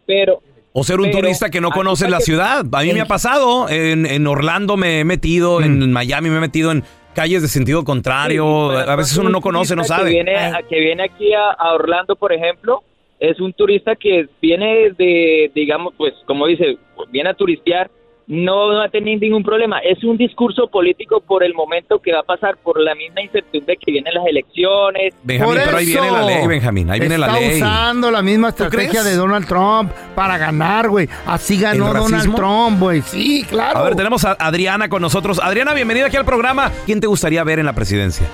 N: Pero
E: O ser un
N: Pero,
E: turista que no
N: aquí
E: conoce
N: está
E: la
N: que-
E: ciudad. A mí me ha pasado. En, en Orlando me he metido,
N: Mm.
E: en Miami me he metido en calles de sentido contrario. a veces uno no conoce, no
N: turista
E: sabe.
N: Que viene, a- que viene aquí a, a Orlando, por ejemplo, es un turista que viene de, digamos, pues, como dice, viene a turistear, no va a tener ningún problema. Es un discurso político por el momento que va a pasar por la misma incertidumbre que vienen las elecciones.
E: Benjamín, pero ahí viene la ley, Benjamín. Ahí viene la ley.
G: Está usando la misma estrategia
E: crees?
G: de Donald Trump para ganar, güey. Así ganó
E: ¿El
G: Donald
E: racismo?
G: Trump, güey. Sí, claro.
E: A ver, tenemos a Adriana con nosotros. Adriana, bienvenida aquí al programa. ¿Quién te gustaría ver en la presidencia?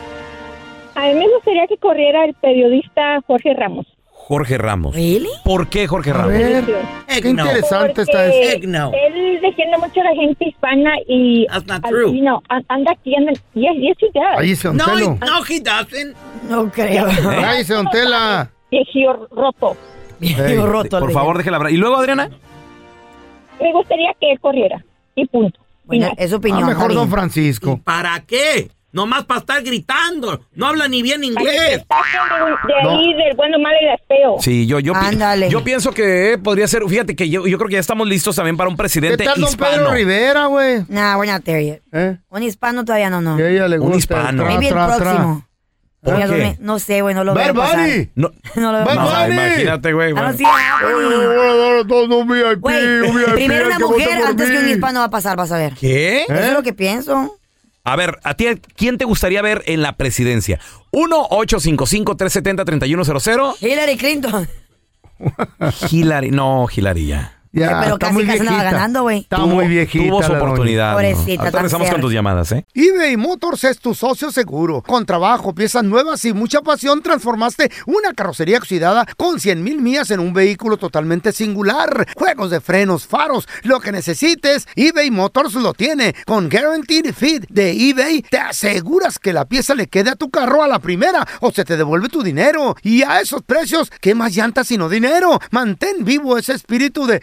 O: A mí me gustaría que corriera el periodista Jorge Ramos.
E: Jorge Ramos. ¿Por qué Jorge Ramos?
G: Eh, qué interesante está
O: Porque
G: esto. Egg no.
O: Él defiende mucho a la gente hispana y al-
M: true.
O: you know, an- anda aquí, anda, yes, yes he does.
G: Ahí se
M: No,
G: ontela.
M: it- no, he doesn't.
F: No creo.
G: Ahí se ontela.
O: Viejillo roto.
E: Ey, por favor, déjela hablar. ¿Y luego, Adriana?
O: Me gustaría que él corriera y punto.
F: Bueno, es opinión.
G: Ah, mejor Don Francisco.
M: ¿Para qué? Nomás para estar gritando. No habla ni bien inglés.
O: De ahí, del bueno, malo y del feo.
E: Sí, yo, yo, pi- yo pienso que eh, podría ser. Fíjate que yo, yo creo que ya estamos listos también para un presidente hispano.
G: Rivera, güey? ¿Eh?
F: Nah, we're not there yet. Un hispano todavía no, no.
G: Que a ella le gusta
E: Un
G: el
E: hispano.
G: tra,
F: Maybe el
G: tra, tra.
F: próximo.
E: ¿Por
F: Porque
E: qué?
F: no- No sé, güey, no lo
G: Bad
F: veo pasar.
G: Bunny.
E: No,
F: No lo veo
E: no,
F: pasar.
E: imagínate, güey.
F: Ah, no,
E: bueno.
F: sí, ah, Primero una mujer antes que un hispano va a pasar, vas a ver.
E: ¿Qué?
F: Eso
G: ¿Eh?
F: es lo que pienso.
E: A ver, ¿a ti quién te gustaría ver en la presidencia? 1-855-370-3100.
F: Hillary Clinton.
E: Hillary, no, Hillary ya.
G: Ya,
F: Pero casi casi andaba ganando, güey.
G: Está muy viejita.
E: Tuvo su
G: la doña.
E: oportunidad. ¿no?
F: Pobrecita,
E: Ahorita
F: tan
E: regresamos con
F: cerca.
E: tus llamadas, ¿eh?
G: eBay Motors es tu socio seguro. Con trabajo, piezas nuevas y mucha pasión, transformaste una carrocería oxidada con 100 mil millas en un vehículo totalmente singular. Juegos de frenos, faros, lo que necesites, eBay Motors lo tiene. Con Guaranteed Fit de eBay, te aseguras que la pieza le quede a tu carro a la primera o se te devuelve tu dinero. Y a esos precios, ¿qué más llantas sino dinero? Mantén vivo ese espíritu de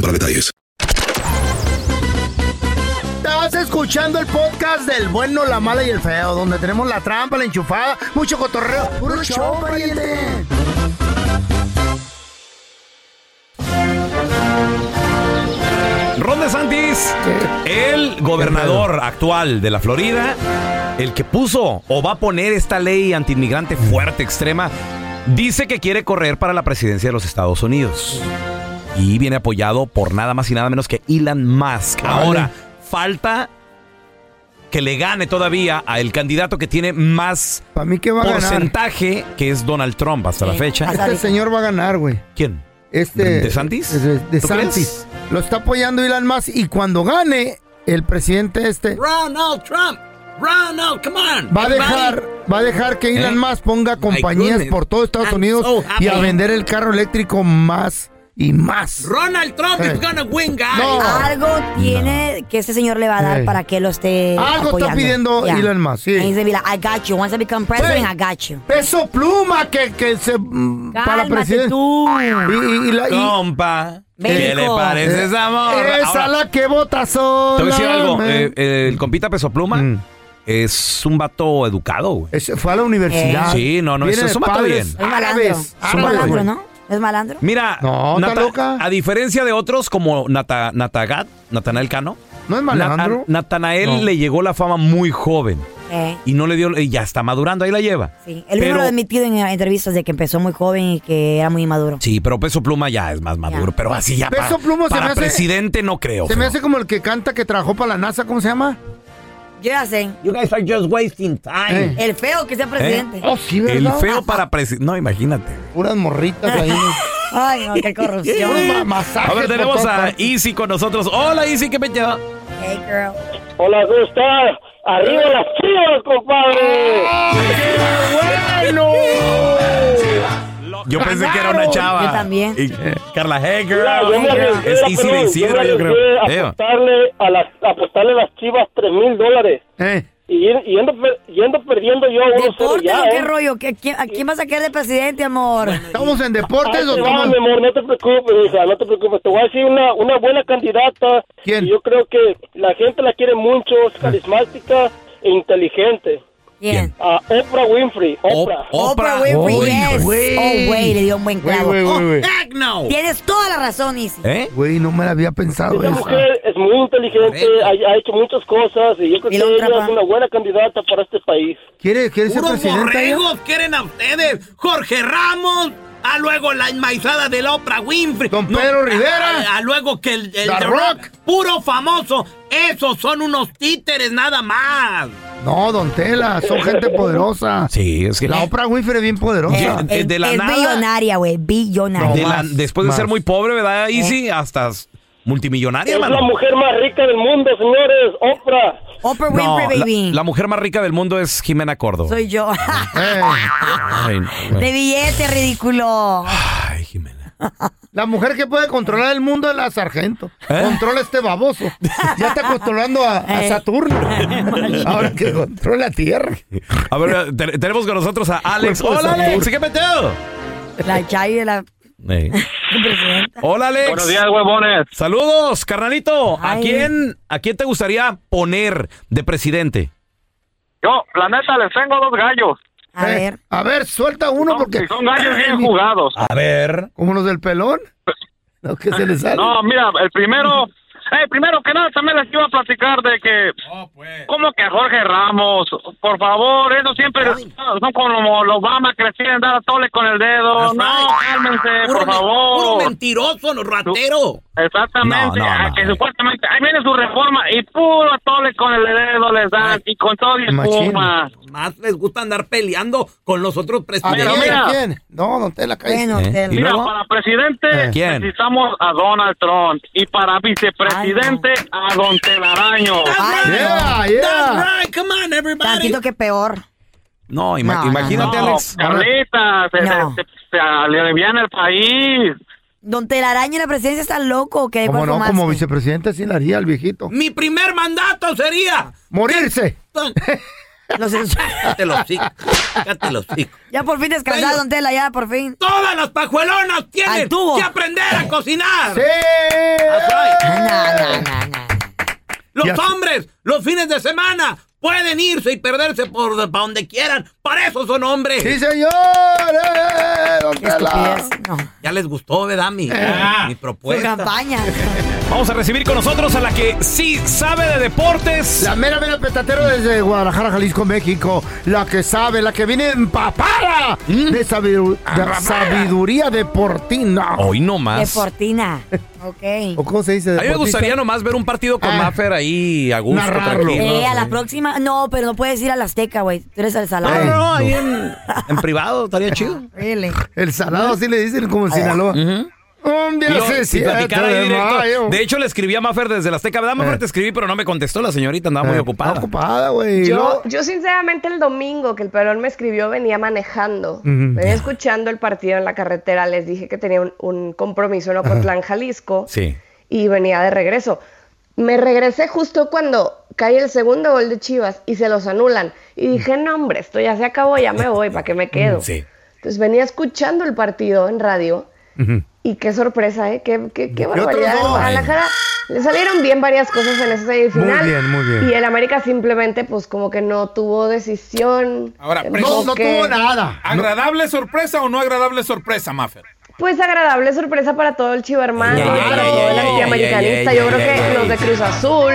A: para detalles.
G: Estás escuchando el podcast del bueno, la mala y el feo, donde tenemos la trampa, la enchufada, mucho cotorreo. ¡Puro show, pariente!
E: Ron DeSantis, el gobernador actual de la Florida, el que puso o va a poner esta ley antiinmigrante fuerte, extrema, dice que quiere correr para la presidencia de los Estados Unidos. Y viene apoyado por nada más y nada menos que Elon Musk. Ahora, falta que le gane todavía a el candidato que tiene más
G: va a ganar?
E: porcentaje, que es Donald Trump hasta la fecha.
G: Este señor va a ganar, güey.
E: ¿Quién?
G: Este,
E: ¿De Santis?
G: De, de- de
E: ¿Tú
G: Santis.
E: crees?
G: Lo está apoyando Elon Musk y cuando gane el presidente este
M: Ronald Trump. Ronald, come on.
G: va a
M: Everybody,
G: dejar Va a dejar que Elon
M: ¿Eh?
G: Musk ponga compañías
M: goodness.
G: por todo Estados
M: I'm
G: Unidos
M: so
G: y a
M: happy.
G: vender el carro eléctrico más y más.
M: Ronald Trump
G: Eh.
M: is gonna win, guys.
F: Algo tiene que este señor le va a dar
G: Ey.
F: para que lo esté
G: Algo está
F: apoyando.
G: pidiendo
F: Yeah.
G: Elon Musk, sí.
F: And he's gonna be like, I got you. Once I become president, I got you.
G: Peso pluma que, que se... mm, para
F: Cálmate
G: presidente.
F: tú.
G: Y, y- y la, y-
E: Compa. ¿Qué
G: México.
E: le parece esa morra?
G: Esa
E: Ahora,
G: la que vota sola.
E: te voy a decir algo.
G: man. Mm.
E: eh, eh, el compita Peso Pluma es un vato educado, güey.
G: Es- fue a la universidad.
E: Sí, no, no,
G: Viene
E: eso es
G: de
E: un vato
G: padres
E: bien.
F: Es malandro.
G: árabes,
F: Es malandro, ¿no? Es malandro.
E: Mira,
G: No, está
E: Nata-
G: loca.
E: a diferencia de otros como Nata, Natagat, Natanael Cano.
G: No es malandro.
E: Nata- Natanael
G: No.
E: le llegó la fama muy joven
F: Eh,
E: y no le dio, y ya está madurando, ahí la lleva.
F: sí. Él mismo
E: Pero-
F: lo ha admitido en entrevistas de que empezó muy joven y que era muy inmaduro.
E: Sí, pero Peso Pluma ya es más maduro, pero así ya
G: Peso
E: para,
G: Pluma se
E: para
G: me hace-
E: presidente Oh, no creo.
G: Se me hace como el que canta que trabajó para la NASA, ¿cómo se llama?
F: Yo ya sé. Eh.
M: You guys are just wasting
G: Eh.
M: time.
F: El feo que sea presidente.
E: ¿Eh? El feo para presidente. No, imagínate.
G: Oh, Puras morritas ahí.
F: Ay, no, qué corrupción.
G: Ma- masajes
E: A ver,
G: por
E: tenemos
G: todas
E: a
G: partes.
E: Easy con nosotros. Hola, Easy, ¿qué me lleva?
F: Hey, girl.
P: Hola, ¿cómo estás? ¡Arriba las chivas, compadre!
G: bueno!
E: Yo pensé que era una chava.
F: Yo también.
E: Y- Carla Hager.
P: Mira, yo me arriesgué,
E: Es
P: la
E: Easy
P: pelón,
E: de Isidro, yo
P: yo me arriesgué
E: creo.
P: a
E: Eva.
P: apostarle a las, a apostarle a las chivas 3 mil dólares.
E: Eh.
P: Y ir- yendo, per- yendo perdiendo yo a 1-0
F: Deportes
P: ya,
F: o qué
P: ¿eh?
F: rollo? ¿Qué- quién- ¿A quién vas a quedar de presidente, amor?
G: ¿Estamos en
P: Ahí
G: deportes
P: te
G: o
P: va, mi amor, no te preocupes, hija, no te preocupes. Te voy a decir una, una buena candidata. Y yo creo que la gente la quiere mucho, es carismática e inteligente.
F: ¿Quién?
P: A Oprah Winfrey. Oprah.
F: Oprah Winfrey, yes. Oh, güey, le dio un buen clavo.
G: Güey, güey, güey,
F: Oh,
G: güey.
F: heck no. Tienes toda la razón, Izzy.
E: ¿Eh?
G: Güey, no me la había pensado
P: Esta
G: esa.
P: mujer es muy inteligente, ha, ha hecho muchas cosas y yo creo que
F: Mira, otra
P: ella
F: pa-
P: es una buena candidata para este país.
G: ¿Quiere, quiere ser
M: Puros
G: presidenta? ella?
M: borregos quieren a ustedes. Jorge Ramos. A luego la enmaizada de la Oprah Winfrey. Don
G: Pedro Rivera.
M: A, a luego que el, el
G: The
M: The
G: Rock.
M: Puro famoso. Esos son unos títeres nada más.
G: No, don Tela, son gente poderosa.
E: Sí, es que.
G: La Oprah Winfrey es bien poderosa.
E: Eh, de la
F: es
E: nada.
F: billonaria, güey. Billonaria.
E: de la- después de ser muy pobre, ¿verdad, Easy? Hasta s- multimillonaria,
P: es la
E: hermano.
P: mujer más rica del mundo, señores, Oprah.
F: Oprah
E: No,
F: Winfrey,
E: la,
F: baby.
E: la mujer más rica del mundo es Jimena Córdoba.
F: Soy yo.
E: Ay, no, güey.
F: de billete, ridículo.
G: La mujer que puede controlar el mundo es la sargento.
E: ¿Eh?
G: Controla este baboso. Ya está controlando a, a
F: Eh.
G: Saturno. Ahora que controla la Tierra.
E: A ver, te- tenemos con nosotros a Alex.
G: Cuerpo de
E: Hola,
G: Saturno.
E: Alex, ¿qué peteo?
F: La Chayo de la
E: Eh.
F: presidenta.
E: Hola, Alex.
Q: Buenos días, huevones.
E: Saludos, carnalito. ¿A
F: Ay.
E: quién, ¿A quién te gustaría poner de presidente?
Q: Yo, la neta, les tengo dos gallos.
F: A ver.
G: Eh. A ver, suelta uno porque. Eh,
Q: Y son gallos bien jugados.
E: A ver.
G: Como los del pelón. Los que se les sale.
Q: No, mira, el primero... eh, primero que nada, también les iba a platicar de que... ¿Cómo que Jorge Ramos? Por favor, eso siempre... Son como los Obama que les quieren dar a tole con el dedo.
M: That's
Q: No,
M: right.
Q: cálmense,
M: Puro
Q: por
M: men-
Q: favor.
M: puro mentiroso, no, ratero.
Q: Exactamente,
M: No, no,
Q: ah, que supuestamente ahí viene su reforma y puro tole con el dedo les dan y con todo y
G: Machín.
Q: espuma.
M: Más les gusta andar peleando con los otros
G: ¿A
M: presidentes.
G: Ah, quién?
Q: mira.
G: ¿A quién? ¿Eh? No, don Tela, cállese.
F: Bueno, Tela.
Q: Mira, para presidente
E: Eh. ¿Quién?
Q: necesitamos a Donald Trump y para vicepresidente a Don Telaraño.
F: Ay,
G: Yeah,
M: That's
G: yeah.
M: right, come on, everybody.
F: Tantito que peor.
E: No, ima-
F: No, no,
E: imagínate,
Q: No,
E: Alex.
Q: Carlita, se,
F: No.
Q: se- se- se aliviana el país.
F: Don Telaraño en la presidencia está loco. ¿Qué
G: Como
F: cuál
G: no,
F: fue
G: como
F: más?
G: vicepresidente sí la haría el viejito.
M: Mi primer mandato sería.
G: ¡Morirse!
F: Los-
M: Cállate los hocico, cállate los hocico.
F: Ya por fin descansado, Don Tela, ya por fin.
M: Todas las pajuelonas
F: Al
M: tienen
F: tubo.
M: que aprender a cocinar.
G: ¡Sí! Ah,
M: That's right.
F: Ah, No, no, no, no.
M: Los
G: Ya.
M: hombres, los fines de semana, pueden irse y perderse por para donde quieran. Para eso son hombres.
G: ¡Sí, señor! ¡Eh, don
F: Qué
G: Tela!
F: estupidez. No.
M: Ya les gustó, ¿verdad? Mi, mi
F: Su
M: propuesta.
F: campaña.
E: Vamos a recibir con nosotros a la que sí sabe de deportes.
G: La mera, mera petatero desde Guadalajara, Jalisco, México. La que sabe, la que viene empapada de, sabidu- de sabiduría deportina.
E: Hoy no más.
F: Deportina. Ok.
G: ¿O cómo se dice?
E: A mí me
G: deportista?
E: gustaría nomás ver un partido con
G: Ah.
E: Maffer ahí a gusto,
G: Narrarlo.
E: tranquilo.
F: Eh, a la próxima. No, pero no puedes ir a la Azteca, güey. Tú eres el
E: No, no,
F: salado.
E: no, ahí en, en privado estaría chido.
F: Really.
G: El salado, así le dicen como en Sinaloa. Un día
E: Y yo-
G: se
E: y
G: siente
E: platicar ahí
G: de
E: directo.
G: mayo.
E: De hecho, le escribí a Mafer desde la Azteca. ¿Verdad, Mafer? Te escribí, pero no me contestó. La señorita andaba muy ocupada.
G: Ah. ocupada, güey.
R: Yo, yo sinceramente el domingo que el pelón me escribió venía manejando,
G: Ujú.
R: venía escuchando el partido en la carretera, les dije que tenía un, un compromiso en Ocotlán, Jalisco,
E: Sí.
R: y venía de regreso. Me regresé justo cuando cae el segundo gol de Chivas y se los anulan. Y dije, no hombre, esto ya se acabó, ya me voy, ¿para qué me quedo?
E: Sí.
R: Entonces venía escuchando el partido en radio y qué sorpresa, ¿eh? Qué, qué, qué
G: Y otros
R: barbaridad.
G: dos.
R: En Guadalajara le salieron bien varias cosas en esa semifinal.
G: Muy bien, muy bien.
R: Y el América simplemente, pues, como que no tuvo decisión.
S: Ahora,
R: eh,
S: pre-
R: como que-
S: ¿Agradable sorpresa o no agradable sorpresa, Maffer?
R: Pues agradable sorpresa para todo el chivermano, para todo el antiamericanista. Yo creo que los de Cruz Azul,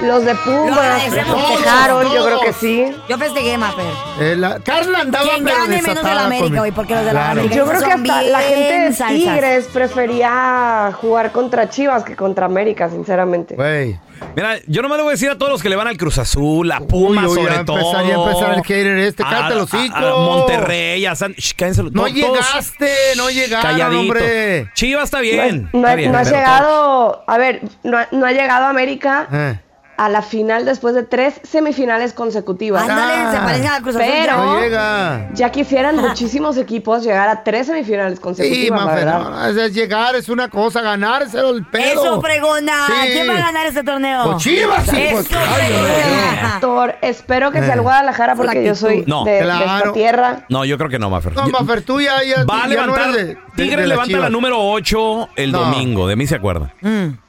R: los de Pumas,
F: Los de Pumas,
R: festejaron, yo
F: todos.
R: creo que sí.
F: Yo festejé más, pero.
G: Eh, la- Carla andaba
F: ¿Quién gane menos de la
G: desatada
F: América
G: conmigo.
F: hoy? Porque los de la
G: Claro.
F: América
R: Yo creo que
F: son
R: hasta la
F: bien
R: gente de
F: salsas.
R: Tigres prefería jugar contra Chivas que contra América, sinceramente.
E: Mira, yo nomás le voy a decir a todos los que le van al Cruz Azul, a Pumas,
G: uy, ya
E: sobre todo.
G: empezaría a empezar el hater este, cállate el hocico.
E: a Monterrey, a San... Shh, cállense los-
G: No
E: todos-
G: llegaste, no llegaron,
E: Calladito.
G: hombre.
E: Chivas está bien.
R: No,
E: está
R: ha-
E: bien,
R: no ha
E: pero
R: llegado, a ver, no, ha- no ha llegado América
G: Eh.
R: a la final después de tres semifinales consecutivas.
F: Ándale, se parece a Cruz Azul,
R: Pero
G: Ah. No llega.
R: ya quisieran muchísimos equipos llegar a tres semifinales
G: Sí,
R: consecutivas, la
G: Mafer,
R: verdad.
G: no, es- es llegar es una cosa, ganar es el pedo.
F: Eso, fregona.
G: Sí.
F: ¿Quién va a ganar este torneo?
G: Pues Chivas, sí,
F: Eso,
G: pues,
F: fregona.
R: Actor, espero que
E: Eh.
R: sea el Guadalajara porque yo soy
E: No.
R: de, de
E: Claro.
R: esta tierra.
E: No, yo creo que no, Mafer.
G: No, Mafer, tú ya, ya-
E: Va a
G: ya no
E: levantar.
G: eres de- de-
E: Tigres
G: de las
E: levanta la
G: Chivas.
E: número 8 el domingo. De mí se acuerda.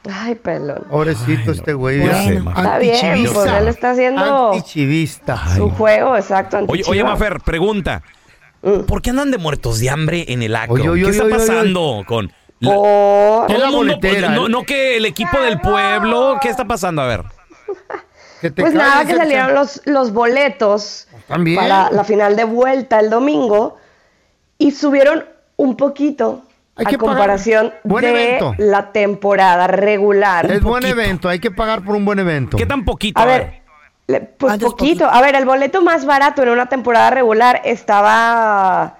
R: Ay, pelón.
G: Pobrecito este güey.
E: Bueno,
G: mira,
R: Está bien,
G: antichivista.
R: pues él está haciendo
G: Antichivista.
R: su juego, Mm. exacto.
E: Oye, oye,
R: antichivas.
E: Mafer, pregunta. ¿Por qué andan de muertos de hambre en el acro?
G: Oye, oye,
E: ¿Qué
G: oye,
E: está
G: oye, oye.
E: pasando con la-
R: Por-
E: todo
G: Es la
E: el mundo-
G: boletera,
E: no,
G: ¿eh?
E: no que el equipo del pueblo, ¿qué está pasando? A ver.
R: Pues nada, que salieron los, los boletos
G: Pues
E: También.
R: para la final de vuelta el domingo y subieron un poquito
G: Hay que
R: a
G: pagar.
R: comparación
G: Buen
R: de
G: evento.
R: la temporada regular.
G: Es buen evento, hay que pagar por un buen evento. ¿Qué tan
E: poquito?
R: A ver,
G: Ah,
R: Pues poquito. A ver, el boleto más barato en una temporada regular estaba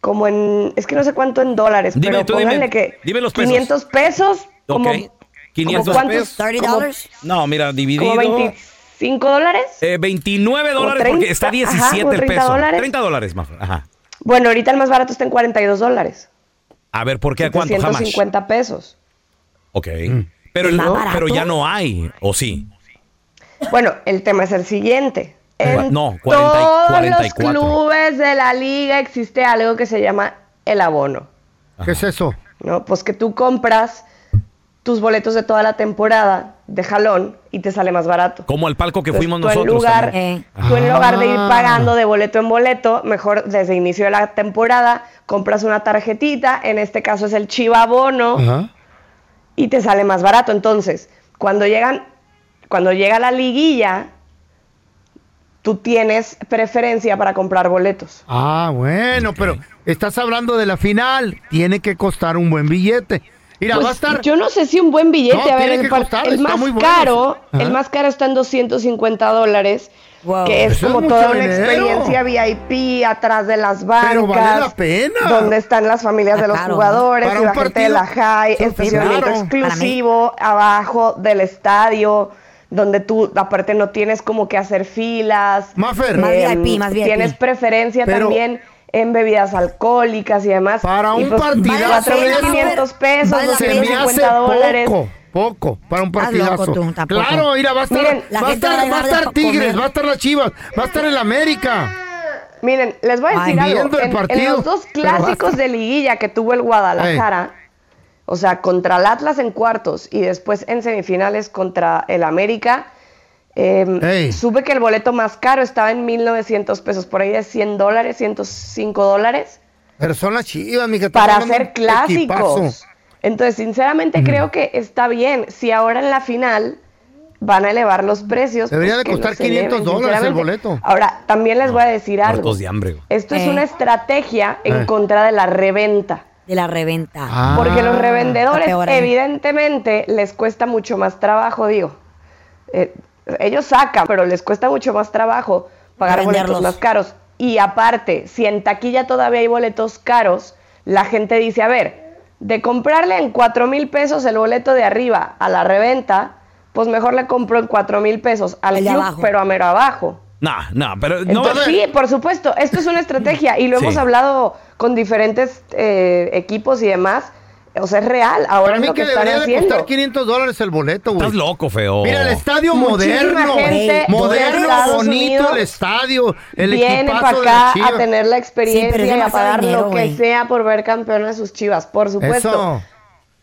R: como en, es que no sé cuánto en dólares,
E: Dime,
R: pero
E: tú dime.
R: pónganle que
E: Dime los pesos.
R: 500 pesos, como,
E: ok. 500
R: como cuántos,
E: pesos.
R: como-
E: No, mira, dividido.
R: como 25 dólares.
E: eh, 29
R: como
E: dólares porque
R: 30,
E: está
R: ajá,
E: 17
R: como
E: el
R: 30
E: peso.
R: dólares.
E: 30 dólares, Mafer. Ajá.
R: Bueno, ahorita el más barato está en 42 dólares.
E: A ver, ¿por qué? ¿A cuánto? Jamás.
R: 150 pesos.
E: Ok.
R: Mm.
E: Pero, el- pero ya no hay, ¿o sí?
R: Bueno, el tema es el siguiente. En
E: No, 40 y-
R: todos
E: 44.
R: los clubes de la liga existe algo que se llama el abono.
G: ¿Qué es eso?
R: ¿no? Pues que tú compras tus boletos de toda la temporada de jalón y te sale más barato.
E: Como al palco que
R: Entonces,
E: fuimos
R: tú en
E: nosotros.
R: lugar-
E: también.
R: Tú en
E: Ah.
R: lugar de ir pagando de boleto en boleto, mejor desde inicio de la temporada compras una tarjetita, en este caso es el Chiva Bono y te sale más barato. Entonces, cuando llegan, cuando llega la liguilla, tú tienes preferencia para comprar boletos.
G: Ah, bueno, pero estás hablando de la final. Tiene que costar un buen billete. Mira,
R: Pues,
G: va a estar.
R: Yo no sé si un buen billete,
G: No,
R: a ver,
G: tiene
R: el,
G: que
R: par-
G: costar,
R: el
G: está
R: más
G: muy bueno.
R: caro,
G: Ajá.
R: el más caro está en 250 dólares, que es
G: Eso es
R: como
G: mucho
R: toda una
G: dinero.
R: experiencia VIP atrás de las bancas,
G: Pero vale la pena.
R: donde están las familias de los
G: Está caro, ¿no?
R: jugadores
G: Para
R: y
G: un
R: la gente de la
G: partido,
R: high,
G: sí,
R: estacionamiento
G: claro.
R: exclusivo abajo del estadio. Donde tú, aparte, no tienes como que hacer filas.
G: Mafer. Más
R: Em,
G: VIP, más VIP.
R: Tienes preferencia
G: Pero-
R: también en bebidas alcohólicas y pues, demás. Para
G: un partidazo de esos,
R: 4.500 pesos,
G: se me hace
R: 250 dólares.
G: poco, poco para un partidazo.
F: loco tú, tampoco.
G: claro, mira, va a estar,
R: Miren, la
G: va a
R: gente
G: estar,
R: va a
G: va a
R: dejar de
G: estar
R: co-
G: Tigres,
R: comer.
G: va a estar las Chivas, va a estar el América.
R: Miren, les voy a
G: Ay,
R: decir
G: viendo
R: algo.
G: el
R: En, en
G: partido,
R: los dos
G: pero basta.
R: clásicos de liguilla que tuvo el Guadalajara, o sea, contra el Atlas en cuartos y después en semifinales contra el América, em, supe que el boleto más caro estaba en 1.900 pesos, por ahí de 100 dólares, 105 dólares.
G: Pero son las Chivas, mija. estás
R: para
G: hablando de
R: hacer
G: un equipazo.
R: clásicos. Entonces, sinceramente creo que está bien. Si ahora en la final van a elevar los precios.
G: Debería de
R: pues, que los
G: costar 500
R: eleven,
G: dólares el
R: sinceramente.
G: boleto.
R: Ahora, también les voy a decir algo.
E: Muertos de hambre. güey.
R: Esto es
F: Eh.
R: una estrategia en
E: Eh. Ah.
R: contra de la reventa.
F: De la reventa. Ah,
R: Porque los revendedores,
F: Está peor ahí.
R: evidentemente, les cuesta mucho más trabajo, digo. Eh, ellos sacan, pero les cuesta mucho más trabajo pagar boletos
F: Venderlos.
R: más caros. Y aparte, si en taquilla todavía hay boletos caros, la gente dice, a ver, de comprarle en 4 mil pesos el boleto de arriba a la reventa, pues mejor le compro en 4 mil pesos al
E: El de
R: club,
E: abajo.
R: pero a mero abajo.
E: No, no, pero no.
R: Entonces, sí, por supuesto, esto es una estrategia y lo
E: Sí.
R: hemos hablado con diferentes eh, equipos y demás. O sea, es real
G: Para
R: ahora es
G: mí
R: lo que
G: que
R: están
G: debería de costar
R: haciendo.
G: 500 dólares el boleto, güey.
E: Estás loco, feo.
G: Mira, el estadio
R: Muchísima
G: moderno,
R: gente de
G: moderno,
R: Estados
G: bonito
R: Unidos
G: el estadio, el
R: Vienen
G: equipazo
R: para
G: de las
R: acá
G: Chivas.
R: a tener la experiencia
F: pero es
R: y a
F: demasiado
R: pagar
F: dinero,
R: lo que
F: güey.
R: sea por ver campeón a sus chivas, por supuesto.
G: Eso.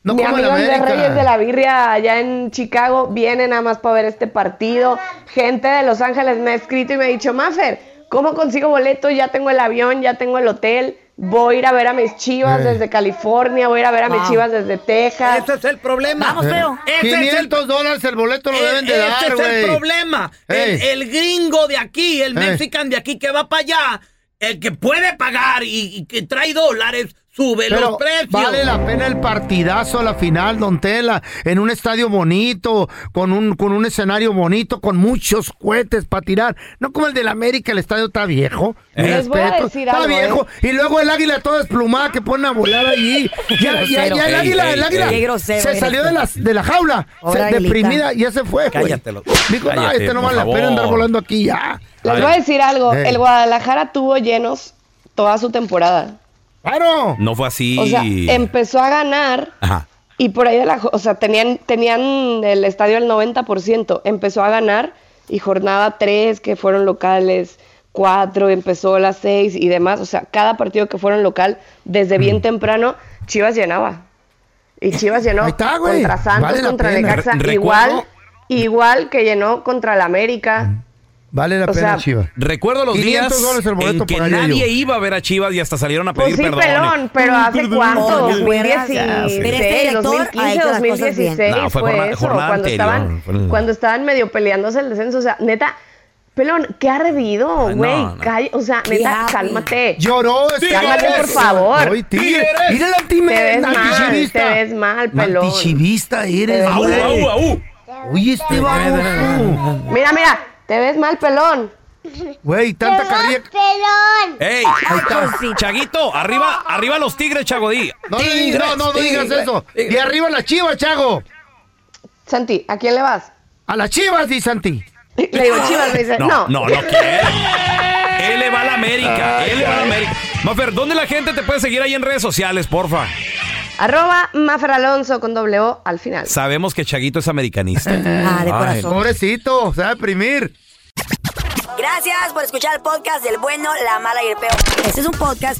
G: No
R: Mi
G: como en
R: amigo Andrés
G: América.
R: Reyes de la Birria allá en Chicago viene nada más para ver este partido. Gente de Los Ángeles me ha escrito y me ha dicho, Mafer, ¿cómo consigo boleto? Ya tengo el avión, ya tengo el hotel, voy a ir a ver a mis chivas
G: Eh.
R: desde California, voy a ir a ver a mis
G: Wow.
R: chivas desde Texas.
G: Ese
R: es el problema.
G: Vamos, feo. Ese es el- 500 dólares el boleto lo deben de
M: Este
G: dar,
M: es
G: güey.
M: el problema. El,
G: Ey.
M: el gringo de aquí, el
G: Ey.
M: mexican de aquí que va para allá, el que puede pagar y, y que trae dólares, sube los
G: Pero
M: precios.
G: vale la pena el partidazo a la final, Don Tela, en un estadio bonito, con un, con un escenario bonito, con muchos cohetes para tirar. No como el del América, el estadio está viejo. mi
R: Les voy a
G: respeto,
R: decir
G: está
R: algo, ¿eh?
G: viejo. Y luego el águila toda desplumada que ponen a volar allí. Ya, ya, ya, el
E: Ey,
G: águila,
E: ey,
G: el
E: ey.
G: águila.
E: Qué grosero
G: se
E: eres
G: salió
E: tú.
G: de la, de la jaula, se-
E: Ahora, Aguilita.
G: deprimida, ya se fue. güey.
E: Cállatelo.
G: Dijo, no,
E: Cállate,
G: este no
E: por
G: vale la pena
E: favor.
G: andar volando aquí ya.
R: Les voy a decir algo,
G: Eh.
R: el Guadalajara tuvo llenos toda su temporada.
G: ¡Claro!
E: No fue así.
R: O sea, em, empezó a ganar
E: Ajá.
R: Y por ahí de la, jo- o sea, tenían, tenían el estadio al 90%, empezó a ganar y jornada 3 que fueron locales, 4 empezó las 6 y demás, o sea, cada partido que fueron local desde bien
G: Mm.
R: temprano Chivas llenaba. Y Chivas llenó
G: güey.
R: contra Santos,
G: Vale la
R: contra
G: pena.
R: Necaxa,
G: Re-
R: igual
G: recuerdo-
R: igual que llenó contra la América.
G: Vale la
R: O
G: pena,
R: sea,
G: Chivas.
E: Recuerdo los
G: 500
E: días
G: dólares el boleto
E: en que
G: pagaría
E: nadie
G: yo.
E: iba a ver a Chivas y hasta salieron a
R: Pues
E: pedir
R: sí,
E: perdón.
R: pelón, pero ¿hace cuánto?
F: Oye, ya sé. Pero este
R: 2016,
F: director ha
R: 2015,
F: hecho las cosas bien.
R: 2016
F: No, fue
R: fue,
F: jornada-
R: eso,
F: jornada
R: cuando
F: anterior,
R: estaban
F: fue el-
R: cuando estaban medio peleándose el descenso, o sea, neta Pelón, qué ardido,
G: Ah, no,
R: güey.
G: no.
R: calla- O sea,
G: Qué
R: neta,
G: ardido.
R: cálmate.
G: Lloró,
R: este
G: Tigres.
R: Cálmate, por favor.
G: Ay, Tigres. Mira el anti-
R: Te ves mal,
G: antichivista.
R: te ves mal, pelón.
G: Antichivista eres,
R: Au,
G: güey.
R: au,
G: Oye, este baboso.
R: Mira, mira, te ves mal, pelón.
G: Güey, tanta carrilla.
R: pelón.
E: ¡Ey! Chaguito, arriba, arriba los tigres, Chagodí.
G: No, le digas- no, no, no digas
R: Tigres,
G: eso.
R: Tigres.
G: Y arriba la chiva, Chago.
R: Santi, ¿a quién le vas?
G: A las chivas, dice Santi.
R: Le digo Chivas, me dice,
E: No,
R: no.
E: no, no quiero. Él le va a la América. él le va a la América. Mafer, ¿dónde la gente te puede seguir ahí en redes sociales, porfa?
R: Arroba Mafer Alonso con doble O al final.
E: Sabemos que Chaguito es americanista.
R: Ah,
E: Ay,
R: de corazón.
G: Pobrecito, se va a deprimir.
F: Gracias por escuchar el podcast del bueno, la mala y el peor. Este es un podcast